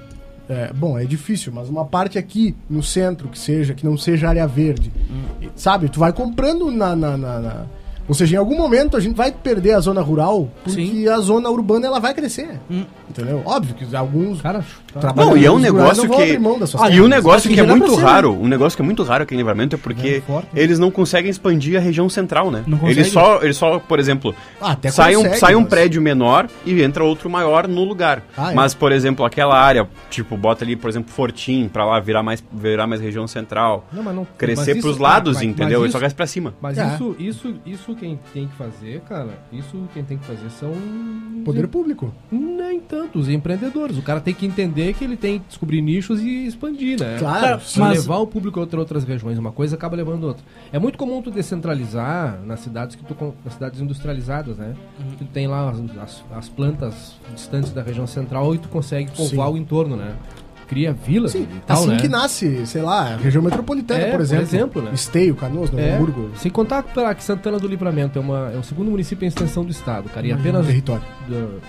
é, bom, é difícil, mas uma parte aqui no centro que seja, que não seja área verde.
Hum.
E, Sabe, tu vai comprando na. na- na- na- Ou seja, em algum momento a gente vai perder a zona rural, porque
Sim.
a zona urbana ela vai crescer.
Hum.
Entendeu? Óbvio que alguns
Cara, chuta.
Não, e é um negócio
vão
que.
abrir mão das suas
Ah, e
terras.
um negócio
Assim,
que é
já dá
muito
pra ser, né?
raro. Um negócio que é muito raro aqui em livramento é porque
forte.
eles não conseguem expandir a região central, né?
Não consegue.
Eles só, eles só, por exemplo,
Ah, até
sai, um,
consegue,
sai um
mas-
prédio menor e entra outro maior no lugar.
Ah, é.
Mas, por exemplo, aquela área, tipo, bota ali, por exemplo, Fortim, pra lá virar mais, virar mais região central.
Não, mas não-
Crescer
mas isso-
pros lados,
mas- mas
entendeu? Ele
isso-
só cresce pra cima.
Mas
É.
isso, isso, isso quem tem que fazer, cara, isso quem tem que fazer são. os
Poder público.
em- Nem tanto, os empreendedores. O cara tem que entender que ele tem que descobrir nichos e expandir, né?
Claro,
Cara,
sim.
mas levar o público a outra- outras regiões, uma coisa acaba levando outra. É muito comum tu descentralizar nas cidades que tu con- nas cidades industrializadas, né?
Uhum.
Tu tem lá as, as- as plantas distantes da região central e tu consegue povoar
Sim.
o entorno, né? Cria vilas
Sim,
e tal,
assim
né?
que nasce, sei lá, a região metropolitana,
É,
por
por
exemplo.
exemplo, né?
Esteio, Canoas, Novo
É,
Hamburgo.
sem contar pera, que Santana do Livramento é, uma, é o segundo município em extensão do estado, cara. E apenas
Território.
do-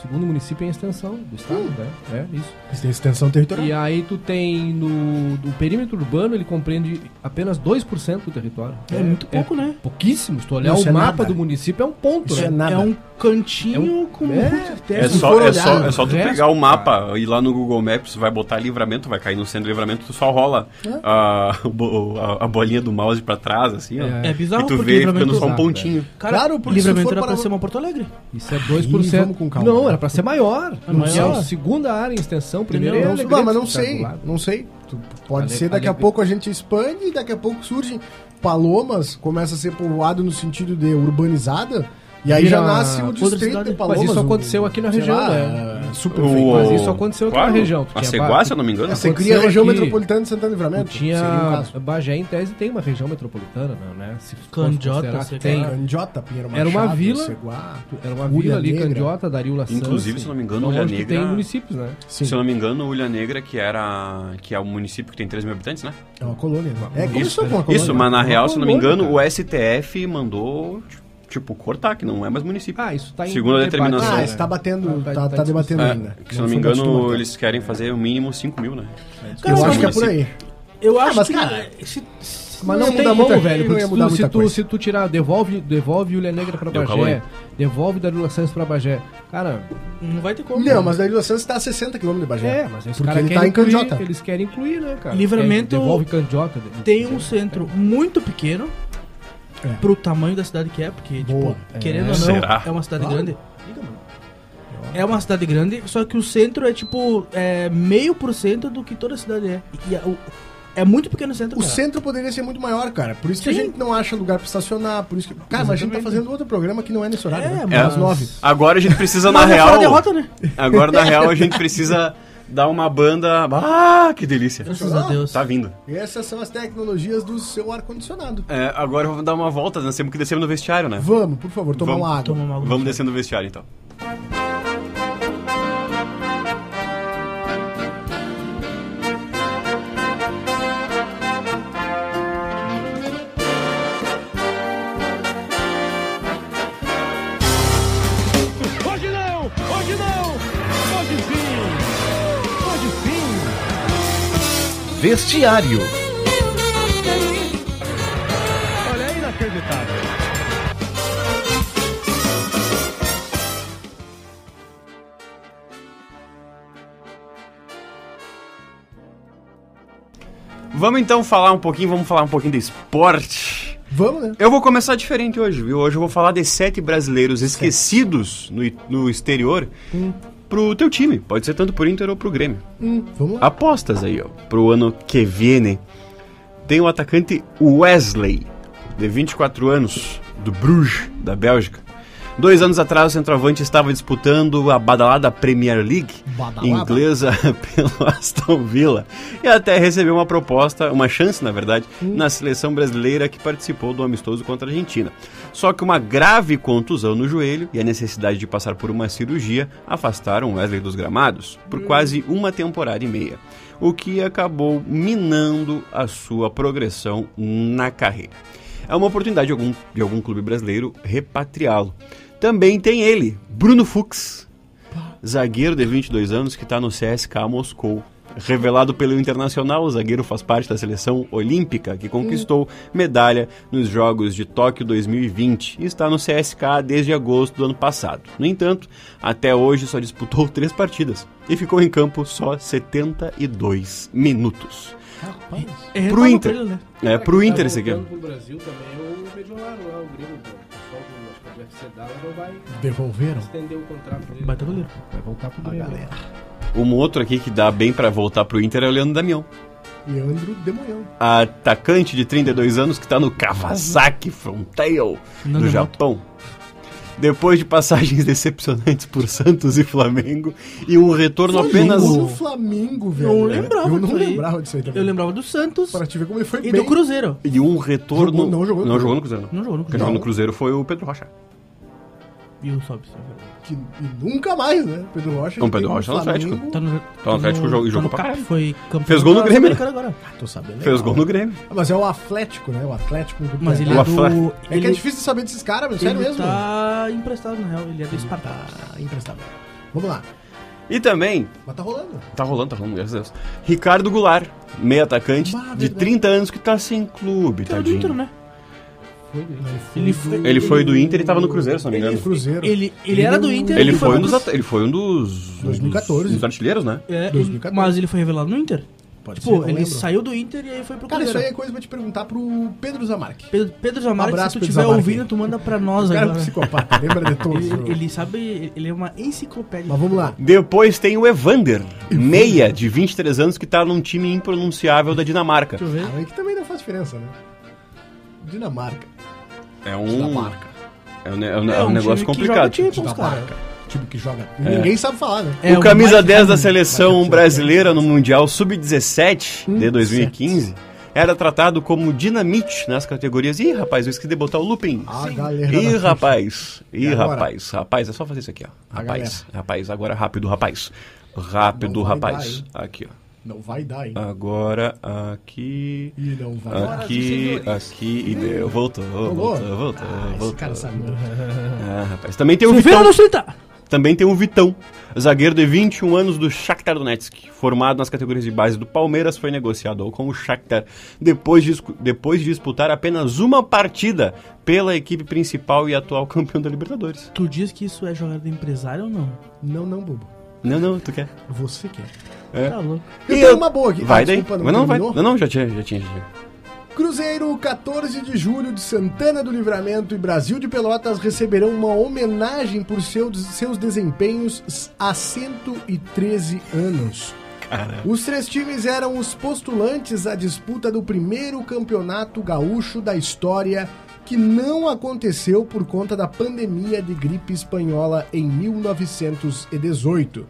segundo município em extensão do estado,
Uhum.
né? É isso.
Isso tem extensão territorial.
E aí tu tem no do perímetro urbano, ele compreende apenas 2% do território.
É, muito pouco, né?
pouquíssimo. Se tu olhar
Não, isso
o
é
mapa
nada.
do município, é um ponto,
Isso
né?
é nada.
É um cantinho
É um-
com
É,
muito
É
terra.
se
só,
for
é,
olhar
só,
no
é só tu
resto,
pegar o mapa
cara.
e ir lá no Google Maps, vai botar livramento, vai cair no centro do livramento, tu só rola a, *laughs* o bo- a, a bolinha do mouse pra trás, assim, ó.
É.
É bizarro
e tu
porque
vê
Livramento-
ficando só um
Exato,
pontinho.
Cara,
Claro,
claro,
porque
porque
se
livramento
for
era
para-
pra ser uma Porto Alegre.
Isso é 2%.
Ih, vamos com calma.
Não, era pra ser maior.
É maior.
É a segunda área em extensão, primeiro é
não,
Alegrete,
não, mas não
que tá do
sei,
lado.
não sei. Tu- Pode
Ale-
ser daqui a
alegre.
pouco a gente expande e daqui a pouco surgem palomas, começa a ser povoado no sentido de urbanizada. E aí
Vira
já nasce o
outra
distrito
cidade.
de Palomas.
Mas isso
o-
aconteceu aqui na
sei
região,
lá,
né?
é,
O-
Superprefeito.
Mas isso aconteceu aqui na região, tu
A
tinha É,
Ceguá,
barco.
se eu não me engano.
Você
aconteceu
cria a região
aqui-
metropolitana de Santana do Livramento. seria um
Tinha
caso.
Bagé em tese tem uma região metropolitana, não, né? Se fosse
Candiota,
considerar
sei
que tem.
lá.
Candiota, Ah, Pinheiro
Era uma
Machado,
vila-
Ceguá,
Era uma
Ulha
vila ali,
Negra.
Candiota, Daríula Santos.
Inclusive, se não me engano,
Então,
Ulha
hoje tu
Negra-
tem municípios, né?
Sim,
Se eu não me engano, Ulha Negra, que era. que é o município que tem 3 mil habitantes, né?
é uma colônia. né? É,
Isso,
começou com uma colônia.
isso, mas na
Uma
real, se eu não me
colônia,
engano,
cara.
o STF mandou, tipo, cortar, que não é mais município.
Ah, isso tá em
Segundo a
debate,
determinação.
Ah,
né?
isso tá batendo,
Tá-
tá,
tá
tá debatendo
É,
ainda.
que se eu não me
foi
engano,
discutido.
eles querem fazer o mínimo 5 mil, né?
Eu
Cara,
acho que é por aí.
Eu
Ah,
acho
mas,
que
cara,
se, um se
Mas não, não tem como, velho. Porque se, tu, se, tu, se tu tirar, devolve, devolve Ilha Negra pra Deu Bagé, devolve Darula Santos pra Bagé. Cara.
Não vai ter como.
Não, né? mas Darula Santos tá a 60 km de Bagé.
É, mas os caras querem tá em Candiota. Eles querem incluir, né, cara?
Livramento.
Devolve Candiota. né?
Tem um centro muito pequeno é. pro tamanho da cidade que é, porque, Boa. tipo, querendo é. ou não, Será? é uma cidade claro. grande. É uma cidade grande, só que o centro é tipo é, meio por cento do que toda a cidade é. E, o, é muito pequeno o centro.
O cara. centro poderia ser muito maior, cara. Por isso Sim. que a gente não acha lugar pra estacionar. Por isso que. Cara, Exatamente. mas a gente tá fazendo outro programa que não é nesse horário. É, né?
mas... às nove. Agora a gente
*laughs*
precisa, na real.
é
Derrota, né? Agora, na real, a gente precisa dar uma banda. Ah, que delícia!
Graças a Deus.
Tá vindo.
E essas são as tecnologias do seu ar-condicionado.
É, agora vamos dar uma volta, nós temos que descer no vestiário, né?
Vamos, por favor, tomar
vamos,
uma água. Toma uma
água vamos descer no vestiário então.
Vestiário.
Olha, é inacreditável.
Vamos então falar um pouquinho, vamos falar um pouquinho de esporte.
Vamos, né?
Eu vou começar diferente hoje, viu? Hoje eu vou falar de sete brasileiros esquecidos no, no exterior hum pro teu time. Pode ser tanto pro Inter ou pro Grêmio.
Hum, vamos
lá. Apostas aí, ó. Pro ano que viene. Tem o atacante Wesley, de 24 anos, do Bruges, da Bélgica. Dois anos atrás, o centroavante estava disputando a badalada Premier League badalada. inglesa *laughs* pelo Aston Villa e até recebeu uma proposta, uma chance, na verdade, hum. na seleção brasileira que participou do amistoso contra a Argentina. Só que uma grave contusão no joelho e a necessidade de passar por uma cirurgia afastaram Wesley dos gramados por hum. quase uma temporada e meia, o que acabou minando a sua progressão na carreira. É uma oportunidade de algum, de algum clube brasileiro repatriá-lo. Também tem ele, Bruno Fux, zagueiro de 22 anos que está no CSKA Moscou. Revelado pelo Internacional, o zagueiro faz parte da seleção olímpica que conquistou medalha nos Jogos de Tóquio 2020 e está no CSKA desde agosto do ano passado. No entanto, até hoje só disputou *laughs* três partidas e ficou em campo só 72 minutos. Rapaz, é pro Inter. Ele, né? É pro Inter esse aqui.
Pro Brasil também é o Mediolar lá, o Grêmio, é o pessoal do Dalla vai
devolveram.
Estender o contrato dele.
Vai devolver.
Vai voltar pro Grêmio. galera.
Um outro aqui que dá bem para voltar pro Inter é o Leandro Damião.
Leandro Demonhão.
Atacante de 32 anos que tá no Kawasaki Frontale do não, Japão. Não. Depois de passagens *laughs* decepcionantes por Santos e Flamengo e um retorno Flamengo, apenas.
O Flamengo, velho.
Eu lembrava.
É, Eu não lembrava disso aí também.
Eu lembrava do Santos.
Pra te ver como ele foi
E bem. do Cruzeiro.
E um retorno. Jogou,
não, jogou,
não jogou no Cruzeiro.
Não jogou no Cruzeiro.
Quem jogou no Cruzeiro foi o Pedro Rocha.
E o Sobson.
Que, e nunca mais, né? Pedro Rocha.
Não, Pedro Rocha tá no Atlético.
Tá no,
tá no Atlético e jogou, jogou pra caralho.
Foi campeão
Fez gol no Grêmio. Né?
Agora.
Ah, tô sabendo.
Fez gol no Grêmio.
Ah, mas é o Atlético, né? O Atlético do
Mas
é.
ele é do...
É que é difícil saber desses caras, mas sério mesmo.
tá emprestado, na real. Ele é do Esparta.
Tá emprestado. Vamos lá.
E também.
Mas tá rolando.
Tá rolando, tá rolando, graças a Deus. Ricardo Goulart, meio atacante bah, de 30 anos que tá sem clube, tá?
Dentro, né?
Ele foi, ele foi do Inter e estava no Cruzeiro, se não me engano.
Ele, cruzeiro.
ele, ele era do Inter.
Ele, foi, um dos, ele foi um dos.
2014.
Dos, dos artilheiros, né?
É, 2014. Mas ele foi revelado no Inter. Pode tipo, ser, ele lembro. saiu do Inter e aí foi pro
Cara, Cruzeiro. isso aí é coisa pra te perguntar pro Pedro Zamarck.
Pedro, Pedro Zamarck, um abraço, se tu estiver ouvindo, tu manda pra nós
agora.
Cara
é psicopata, lembra de todos.
ele, ele, sabe, ele é uma enciclopédia.
Mas vamos lá.
Depois tem o Evander, meia de 23 anos, que tá num time impronunciável da Dinamarca.
Deixa eu ver. Ah, é que também não faz diferença, né? Dinamarca.
É um. Dinamarca. É um, é um, é um, é um negócio complicado.
Time, Dinamarca. Time que joga. Ninguém sabe falar, né?
o camisa 10 da seleção brasileira no Mundial Sub-17 hum, de 2015. 17. Era tratado como dinamite nas categorias. Ih, rapaz, eu esqueci de botar o looping.
Ah,
Ih, rapaz. Ih, rapaz. Rapaz, é só fazer isso aqui, ó. Rapaz, rapaz, agora rápido, rapaz. Rápido, rapaz. Dar, aqui, ó.
Não vai dar,
Ah.
hein?
Agora aqui.
E não vai dar.
Aqui, aqui e deu. Voltou, voltou, voltou.
Ah,
voltou. um-
Esse cara sabe. então-
ah, rapaz. Também tem o Vitão.
Chuveiro
Também tem o Vitão, zagueiro de 21 anos do Shakhtar Donetsk. Formado nas categorias de base do Palmeiras, foi negociado com o Shakhtar depois de, depois de disputar apenas uma partida pela equipe principal e atual campeão da Libertadores.
Tu diz que isso é jogada de empresário ou não?
Não, não, bobo.
Não, não, tu quer.
Você quer.
É. Tá louco.
Eu, eu tenho uma boa aqui.
Vai ah, desculpa, daí. Não, não, vai. não, não, já tinha, já tinha, já tinha.
Cruzeiro, 14 de julho, de Santana do Livramento e Brasil de Pelotas receberão uma homenagem por seus, seus desempenhos há 113 anos. Caramba. Os três times eram os postulantes à disputa do primeiro campeonato gaúcho da história, que não aconteceu por conta da pandemia de gripe espanhola em 1918.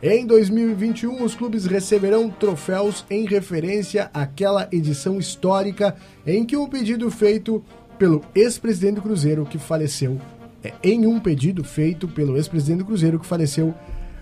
Em 2021, os clubes receberão troféus em referência àquela edição histórica em que um pedido feito pelo ex-presidente do Cruzeiro que faleceu, é, em um pedido feito pelo ex-presidente do Cruzeiro que faleceu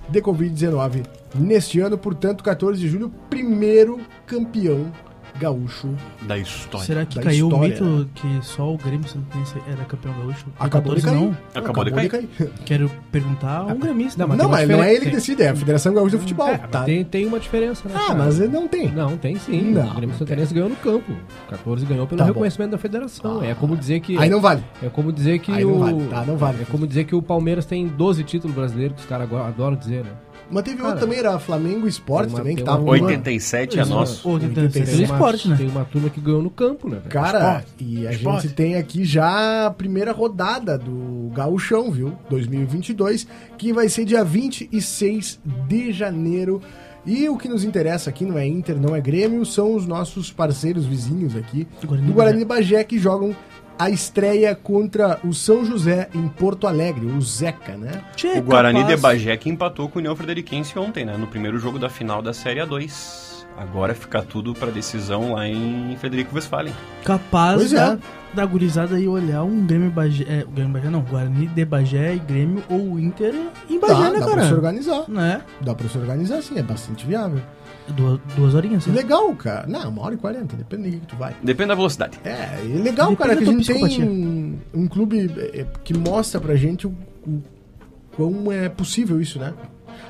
de Covid-19 neste ano, portanto, 14 de julho, primeiro campeão gaúcho
da história.
Será que caiu história. o mito que só o Grêmio Santense era campeão gaúcho?
né? Acabou 14, de cair.
Não? Acabou, Acabou de, cair. de, cair.
Quero perguntar a um gremista.
Não, mas, não, mas não é ele que decide, é a Federação Gaúcha de Futebol. É,
tá. tem, tem uma diferença, né?
Ah, cara? mas não tem.
Não, tem sim. Não, o Grêmio Santense ganhou no campo. 14 ganhou pelo tá reconhecimento bom. da Federação. Ah, é como dizer que...
Aí não vale.
É como dizer que
aí
o...
Não vale. Tá, não vale.
É como dizer que o Palmeiras tem 12 títulos brasileiros, que os caras adoram dizer, né?
Mas teve outro também, era Flamengo Esporte também, que tava.
87 uma... é nosso.
87 é esporte, né?
Tem uma turma que ganhou no campo, né? Velho?
Cara, esporte. e a esporte. gente tem aqui já a primeira rodada do Gauchão, viu? 2022, que vai ser dia 26 de janeiro. E o que nos interessa aqui não é Inter, não é Grêmio, são os nossos parceiros vizinhos aqui Guarani do Guarani
é.
Bagé que jogam a estreia contra o São José em Porto Alegre, o Zeca, né?
É
Checa, o Guarani capaz. de Bagé que empatou com o União Frederiquense ontem, né? No primeiro jogo da final da Série A2. Agora fica tudo para decisão lá em Frederico Westphalen.
Capaz pois da, é. da gurizada aí olhar um Grêmio Bagé, é, o Grêmio Bagé não, Guarani de Bagé e Grêmio ou Inter em Bagé,
dá, Tá, dá
né, cara? Dá pra
se organizar.
Né? É
Dá pra se organizar, sim, é bastante viável.
Duas, duas horinhas. Né?
Legal, cara. Não, uma hora e quarenta, depende do que tu vai.
Depende da velocidade.
É, e legal, depende cara, que a gente tem um clube que mostra pra gente o, o quão é possível isso, né?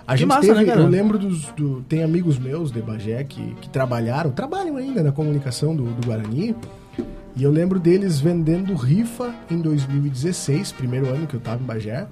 A que gente massa, teve, né, eu lembro dos. Do, tem amigos meus de Bagé que, que trabalharam, trabalham ainda na comunicação do, do Guarani. E eu lembro deles vendendo rifa em 2016, primeiro ano que eu tava em Bagé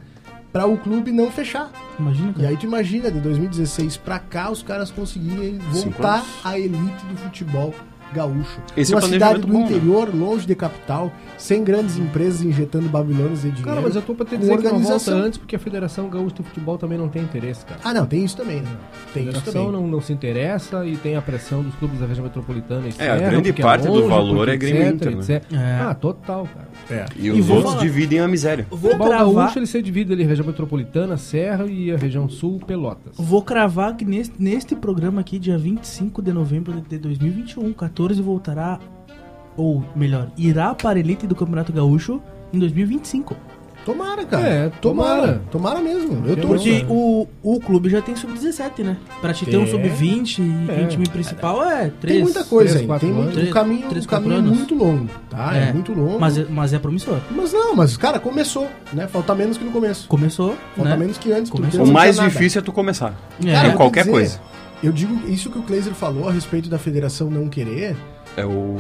para o clube não fechar.
Imagina,
cara. E aí tu imagina, de 2016 para cá, os caras conseguirem voltar à elite do futebol gaúcho.
Esse
Uma é cidade do bom, interior, né? longe de capital, sem grandes empresas injetando babilônios e dinheiro.
Cara, mas eu tô pra te dizer que não volta antes, porque a Federação Gaúcha do Futebol também não tem interesse, cara.
Ah, não, tem isso também, né?
Tem a Federação não, não se interessa e tem a pressão dos clubes da região metropolitana.
Externa, é, a grande parte é longe, do valor é Grêmio
etc, Inter, né? é. Ah, total, cara.
É. E, e os outros falar. dividem a miséria.
O futebol gaúcho, ele se divide ali, região metropolitana, Serra e a região sul, Pelotas.
Vou cravar que neste, neste programa aqui, dia 25 de novembro de 2021, 14 14 voltará, ou melhor, irá para a elite do Campeonato Gaúcho em 2025.
Tomara, cara. É, tomara. Tomara, tomara mesmo. Eu tô
Porque o, o clube já tem sub-17, né? Pra te ter é. um sub-20 e é. time principal é 3.
Tem muita coisa aí. Tem muito, um caminho, 3, um caminho anos. muito longo, tá? É. é, muito longo.
Mas, mas é promissor.
Mas não, mas, cara, começou, né? Falta menos que no começo.
Começou.
Falta né? menos que antes.
Começou. O mais difícil nada. é tu começar. É. Cara, qualquer coisa.
Eu digo isso que o Kleiser falou a respeito da federação não querer.
É o,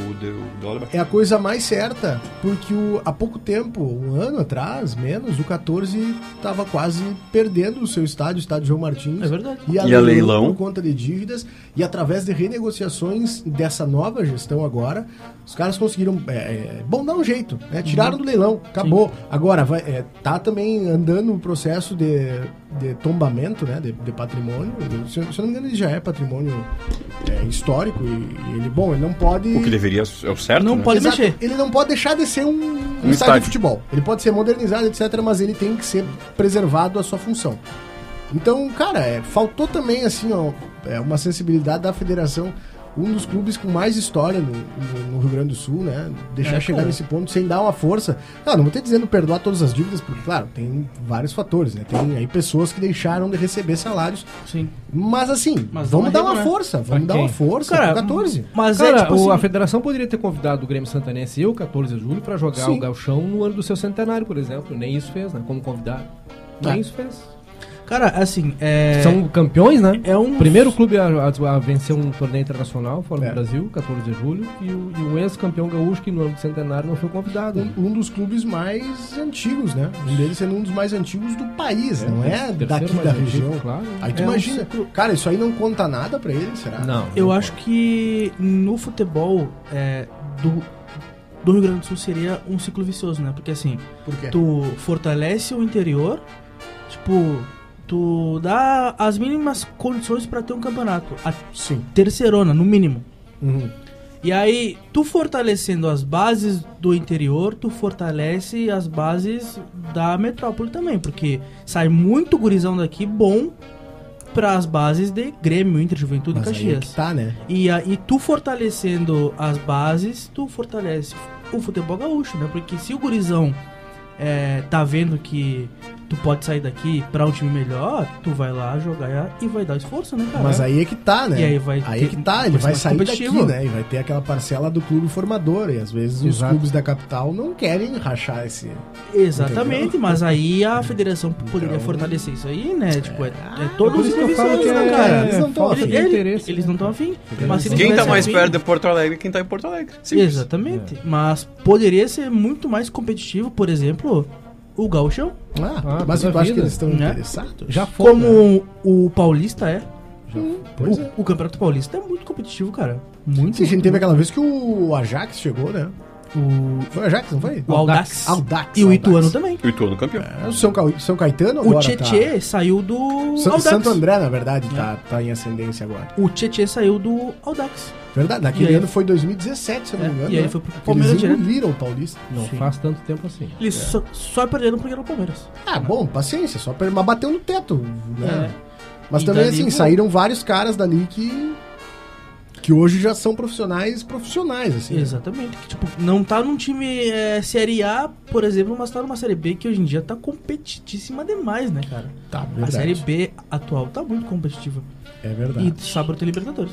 dólar.
É a coisa mais certa, porque o, há pouco tempo, um ano atrás, menos, o 14 estava quase perdendo o seu estádio, o estádio João Martins.
É verdade.
E a, e leilão, a leilão por conta de dívidas. E através de renegociações dessa nova gestão agora, os caras conseguiram. É, é, bom, dá um jeito, né? Tiraram do leilão, acabou. Sim. Agora, vai, é, tá também andando o processo de, de tombamento, né? De, de patrimônio. Se, se eu não me engano, ele já é patrimônio é, histórico e, e ele, bom, ele não pode
o que deveria é o certo.
Não
né?
pode Exato. mexer. Ele não pode deixar de ser um, um, um estádio de futebol. Ele pode ser modernizado, etc., mas ele tem que ser preservado a sua função. Então, cara, é, faltou também assim, ó, é, uma sensibilidade da federação. Um dos clubes com mais história no, no, no Rio Grande do Sul, né? Deixar é, chegar cara. nesse ponto sem dar uma força. Ah, Não, não vou ter dizendo perdoar todas as dívidas, porque, claro, tem vários fatores, né? Tem aí pessoas que deixaram de receber salários.
Sim.
Mas assim, mas vamos dar
é.
uma né? força, vamos dar uma força
cara, 14. Mas cara, é, tipo assim, a federação poderia ter convidado o Grêmio Santanense e o 14 de julho para jogar sim. o Galchão no ano do seu centenário, por exemplo. Nem isso fez, né? Como convidado. Nem é. isso fez.
Cara, assim. É...
São campeões, né?
É um.
Primeiro clube a, a, a vencer um torneio internacional fora é. do Brasil, 14 de julho, e, o, e um ex-campeão gaúcho que no ano do centenário não foi convidado.
Um, um, dos clubes mais antigos, né? Um deles sendo um dos mais antigos do país, é, não é daqui da região. Antigo, claro.
né?
Aí
É
É.
tu imagina. Um... Cara, isso aí não conta nada para ele, será?
Não. Eu não acho pode. que no futebol é, do do Rio Grande do Sul seria um ciclo vicioso, né? Porque assim,
Por
tu fortalece o interior, tipo, tu dá as mínimas condições para ter um campeonato. A
Sim.
Terceirona, no mínimo.
Uhum.
E aí, tu fortalecendo as bases do interior, tu fortalece as bases da metrópole também, porque sai muito gurizão daqui bom para as bases de Grêmio, Inter, Juventude Mas e Caxias.
É tá, né?
E aí tu fortalecendo as bases, tu fortalece o futebol gaúcho, né? Porque se o gurizão é, tá vendo que tu pode sair daqui para um time melhor, tu vai lá jogar e vai dar esforço, né, cara?
Mas aí é que tá, né?
E aí vai
aí é que tá, ele vai sair daqui, né? E vai ter aquela parcela do clube formador. E às vezes Exato. os clubes da capital não querem rachar esse.
Exatamente, entendeu? mas aí a federação poderia então... fortalecer isso aí, né? Tipo, é, é todo
os que falo que
né, cara?
Eles não estão afim.
Eles, eles não estão afim.
Mas quem tá mais afim... perto de Porto Alegre, quem tá em Porto Alegre.
Simples. Exatamente. É. Mas poderia ser muito mais competitivo, por exemplo, o Gauchão.
Ah, ah mas eu acho que eles estão né? interessados.
Já foi, Como né? o Paulista é. Hum,
uh.
pois o, é. o Campeonato Paulista é muito competitivo, cara. Muito.
Sim, muito, a gente teve aquela vez que o Ajax chegou, né? O... Foi o Ajax, não foi?
O
Aldax.
Aldax.
Aldax
e o Ituano também.
O Ituano campeão.
É, o São, Ca... São Caetano
O Tietê tá... saiu do
Sa Aldax. Santo André, na verdade, é. tá, tá em ascendência agora.
O Tietê saiu do Aldax.
Verdade, naquele aí... ano foi 2017, se eu não é, me engano.
E aí né? foi pro Palmeiras
Eles engoliram o Paulista.
Não Sim. faz tanto tempo assim.
Eles
É.
só, só perderam porque era o Palmeiras.
Ah, bom, paciência. Só per... Mas bateu no teto, né?
É.
Mas e também, dali, assim, pô... saíram vários caras dali que que hoje já são profissionais profissionais, assim.
Exatamente. Né? Que, tipo, não tá num time é, Série A, por exemplo, mas tá numa Série B que hoje em dia tá competitíssima demais, né, cara?
Tá,
verdade. A Série B atual tá muito competitiva.
É verdade.
E sábado tem Libertadores.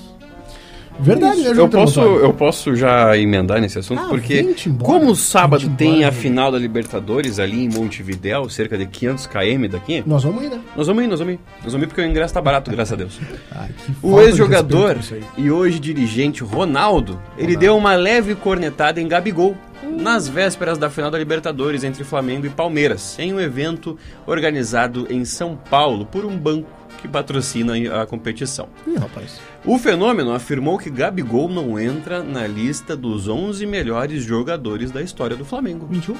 Verdade,
né, eu posso, vontade. eu posso já emendar nesse assunto, ah, porque embora, como sábado embora, tem a final da Libertadores ali em Montevidéu, cerca de 500 km daqui...
Nós vamos ir, né?
Nós vamos ir, nós vamos ir. Nós vamos ir porque o ingresso tá barato, graças a Deus. Ai, o ex-jogador e hoje dirigente Ronaldo, ele Ronaldo. deu uma leve cornetada em Gabigol nas vésperas da final da Libertadores entre Flamengo e Palmeiras, em um evento organizado em São Paulo por um banco que patrocina a competição.
Ih, rapaz.
O fenômeno afirmou que Gabigol não entra na lista dos 11 melhores jogadores da história do Flamengo.
Mentiu?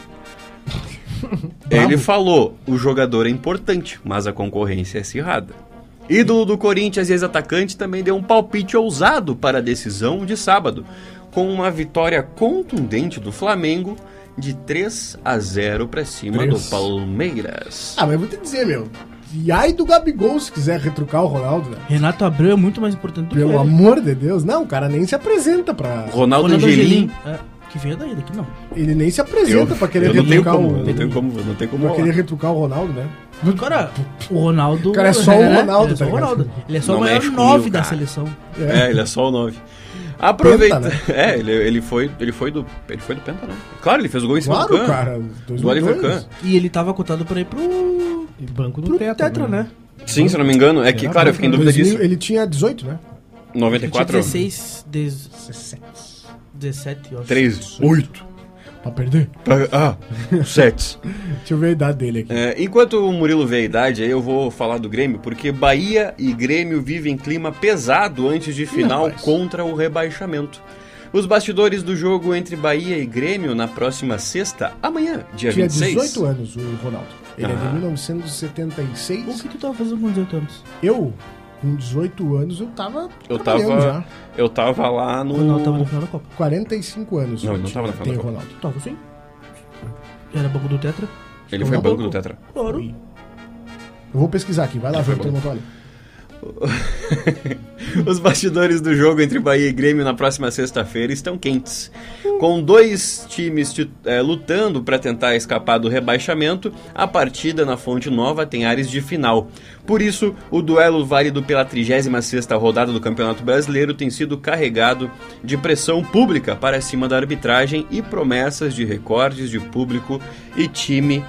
Ele falou: o jogador é importante, mas a concorrência é acirrada. Ídolo do Corinthians e ex-atacante também deu um palpite ousado para a decisão de sábado, com uma vitória contundente do Flamengo de 3 a 0 para cima 3. do Palmeiras.
Ah, mas eu vou te dizer, meu. E ai do Gabigol se quiser retrucar o Ronaldo, né?
Renato Abreu é muito mais importante do
Pelo que Pelo amor de Deus, não, o cara nem se apresenta pra.
Ronaldo, Ronaldo Angelim. Angelim.
É, que veio daí, daqui não.
Ele nem se apresenta eu, pra querer
retrucar como, né? o. Não tem como, não tem como.
Pra querer retrucar o Ronaldo, né?
Cara, o Ronaldo. O
cara é
*laughs*
só o Ronaldo, é,
tá Ronaldo. Ele é só não o maior 9 da seleção.
É. é, ele é só o 9. Aproveita. Penta, né? *laughs* É, ele, ele, foi, ele foi do. Ele foi do Penta, né? Claro, ele fez o é gol em cima
claro, do Can, cara. 2002.
Do Alivercan.
E ele tava cotado pra ir pro.
E banco do pro Tetra,
tetra né?
Sim, se eu não me engano. É que, claro, eu fiquei em dúvida 2000, disso.
Ele tinha 18, né?
94.
Ele é tinha 16, 17. 17, eu acho.
13. 8.
Pra perder?
Pra, ah, sete.
Deixa eu ver a idade dele aqui.
É, enquanto o Murilo vê a idade, eu vou falar do Grêmio, porque Bahia e Grêmio vivem clima pesado antes de final Não, contra o rebaixamento. Os bastidores do jogo entre Bahia e Grêmio na próxima sexta, amanhã, dia é?
Tinha
26.
Tinha 18 anos o Ronaldo. Ele ah. é de 1976.
O que tu tava fazendo com 18 anos?
Eu? com 18 anos eu tava
eu tava Tá já. eu tava lá no
Ronaldo tava na final da Copa
45 anos
não gente, não tava na final
tem
da
Ronaldo
tava sim era banco do Tetra
ele foi banco do Tetra
claro eu
vou pesquisar aqui vai lá ver o olha
*laughs* Os bastidores do jogo entre Bahia e Grêmio na próxima sexta-feira estão quentes. Com dois times é, lutando para tentar escapar do rebaixamento, a partida na Fonte Nova tem ares de final. Por isso, o duelo válido pela 36ª rodada do Campeonato Brasileiro tem sido carregado de pressão pública para cima da arbitragem e promessas de recordes de público e time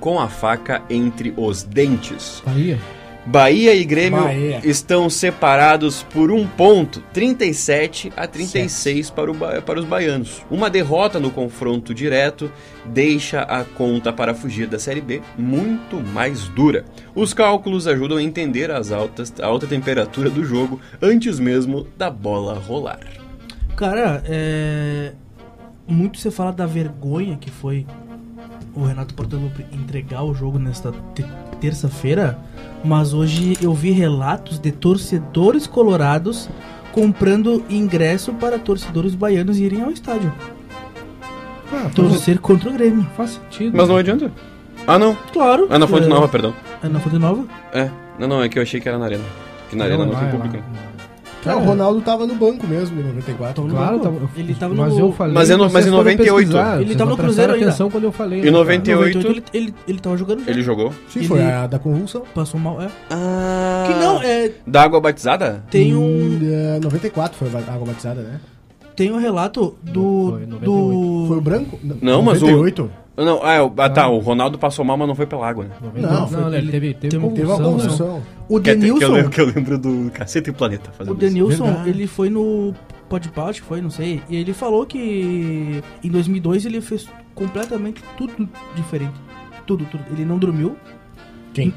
com a faca entre os dentes.
Bahia.
Bahia e Grêmio Bahia. estão separados por um ponto, 37 a 36 certo. para, o, para os baianos. Uma derrota no confronto direto deixa a conta para fugir da Série B muito mais dura. Os cálculos ajudam a entender as altas, a alta temperatura do jogo antes mesmo da bola rolar.
Cara, é... muito você fala da vergonha que foi o Renato Portelo entregar o jogo nesta te terça-feira, mas hoje eu vi relatos de torcedores colorados comprando ingresso para torcedores baianos irem ao estádio. Ah, Torcer mas... contra o Grêmio.
Faz sentido. né?
Mas não é adianta. Ah, não.
Claro.
Ana Fonte é... Nova, perdão.
Ana Fonte Nova?
É. Não, não, é que eu achei que era na Arena. Que na Arena não, é, não tem público. Lá.
Cara, não, o Ronaldo tava no banco mesmo em 94.
Claro,
tava,
ele tava
mas
no...
eu falei.
Mas, é no, mas em 98.
Ele tava no Cruzeiro ainda.
atenção quando eu falei. né,
Em 98.
98 ele, ele, ele tava jogando.
Já. Ele jogou?
Sim,
ele
foi a da convulsão.
Passou mal, é.
Ah.
Que não, é.
Da água batizada?
Tem um.
É, 94 foi a água batizada, né?
Tem um relato do. Foi, do...
foi o branco?
Não, 98. mas o. 98? Não, ah, tá, o Ronaldo passou mal, mas não foi pela água, né?
Não, não,
ele, teve, né? teve,
teve uma convulsão.
O Denilson...
Que, eu lembro, que eu lembro do Cacete e Planeta
O Denilson, ele foi no podcast, foi, não sei, e ele falou que em 2002 ele fez completamente tudo diferente. Tudo, tudo. Ele não dormiu.
Quem?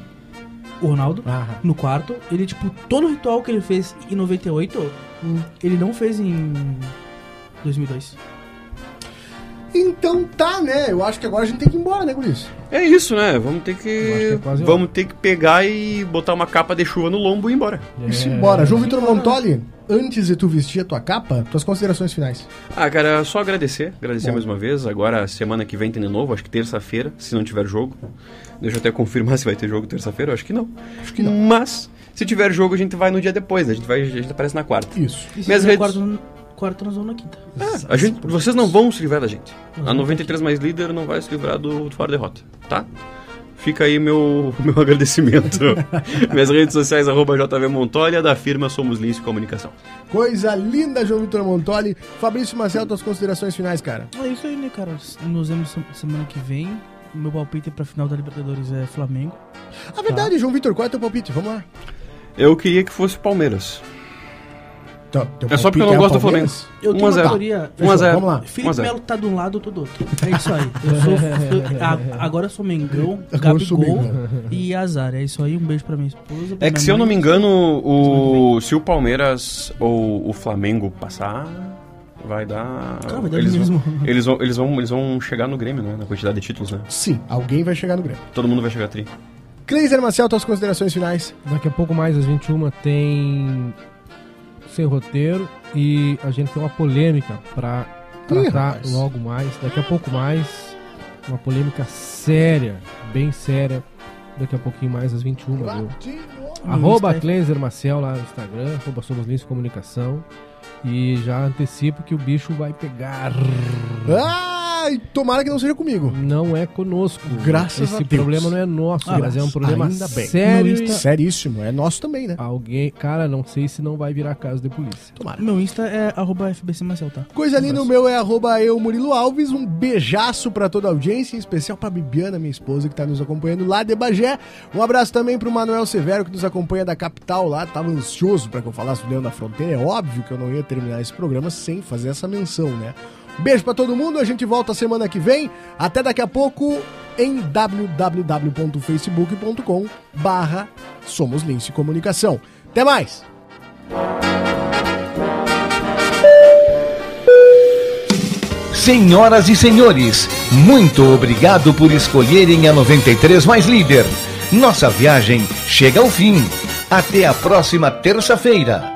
O Ronaldo, Aham. no quarto. Ele, tipo, todo o ritual que ele fez em 98, ele não fez em 2002.
Então tá, né? Eu acho que agora a gente tem que ir embora, né, Gulis?
É isso, né? Vamos ter que. que é vamos ter que pegar e botar uma capa de chuva no lombo e ir embora.
É. Isso embora. João Vitor Montoli, antes de tu vestir a tua capa, tuas considerações finais.
Ah, cara, só agradecer, agradecer Bom. mais uma vez. Agora semana que vem tem de novo, acho que terça-feira, se não tiver jogo. Deixa eu até confirmar *laughs* se vai ter jogo terça-feira, acho que não.
Acho que não.
Mas, se tiver jogo, a gente vai no dia depois, né? A gente, vai, a gente aparece na quarta.
Isso.
Minhas redes... É
quarto quarta nós vamos na quinta.
É, a gente, vocês não vão se livrar da gente.
Uhum.
a 93 mais líder não vai se livrar do, do Fora Derrota, tá? Fica aí meu, *laughs* meu
*laughs*
agradecimento. Minhas redes sociais, arroba JV Montoya, da firma Somos Lins Comunicação.
Coisa linda, João Vitor Montoli. Fabrício Marcelo, tuas considerações finais, cara.
É isso aí, né, cara? Nos vemos semana que vem. Meu palpite pra final da Libertadores é Flamengo.
A verdade, tá. João Vitor, qual é teu palpite? Vamos lá.
Eu queria que fosse Palmeiras.
Teu, Tá, teu
é só porque eu não gosto do Flamengo.
Eu tenho 1 a 0. uma teoria.
1 a 0.
Vamos lá. Felipe Melo tá de um lado, eu tô do outro. É isso aí. Eu
*laughs*
sou, eu, a, agora eu sou Mengão, Gabigol e Azar. É isso aí. Um beijo pra minha esposa. Pra
é que se eu não me engano, o, se o Palmeiras ou o Flamengo passar... Vai dar.
Cara, Ah, vai dar
eles,
mesmo.
Vão, eles, vão, eles, vão, eles vão chegar no Grêmio, né? Na quantidade de títulos, né?
Sim, alguém vai chegar no Grêmio.
Todo mundo vai chegar a tri.
Cleiser Marcel, tuas considerações finais.
Daqui a pouco mais, às 21, tem sem roteiro e a gente tem uma polêmica para tratar Ih, logo mais, daqui a pouco mais, uma polêmica séria, bem séria, daqui a pouquinho mais às 21, Ratinho. viu? No
é
arroba Cleiser Marcel lá no Instagram, arroba Somos Lins Comunicação. E já antecipo que o bicho vai pegar.
Ai, tomara que não seja comigo.
Não é conosco.
Graças
Esse
a Deus.
problema não é nosso, ah, mas é um problema sério. Insta...
Seríssimo, é nosso também, né?
Alguém, cara, não sei se não vai virar caso de polícia.
Tomara. Meu Insta é arroba FBCMarcel, tá?
Coisa linda, o meu é arroba eu, Murilo Alves. Um beijaço pra toda a audiência, em especial pra Bibiana, minha esposa, que tá nos acompanhando lá de Bagé. Um abraço também pro Manuel Severo, que nos acompanha da capital lá. Tava ansioso pra que eu falasse do Leão da Fronteira. É óbvio que eu não ia terminar esse programa sem fazer essa menção, né? Beijo para todo mundo, a gente volta semana que vem. Até daqui a pouco em www.facebook.com barra Somos Lince Comunicação. Até mais!
Senhoras e senhores, muito obrigado por escolherem a 93 mais líder. Nossa viagem chega ao fim. Até a próxima terça-feira.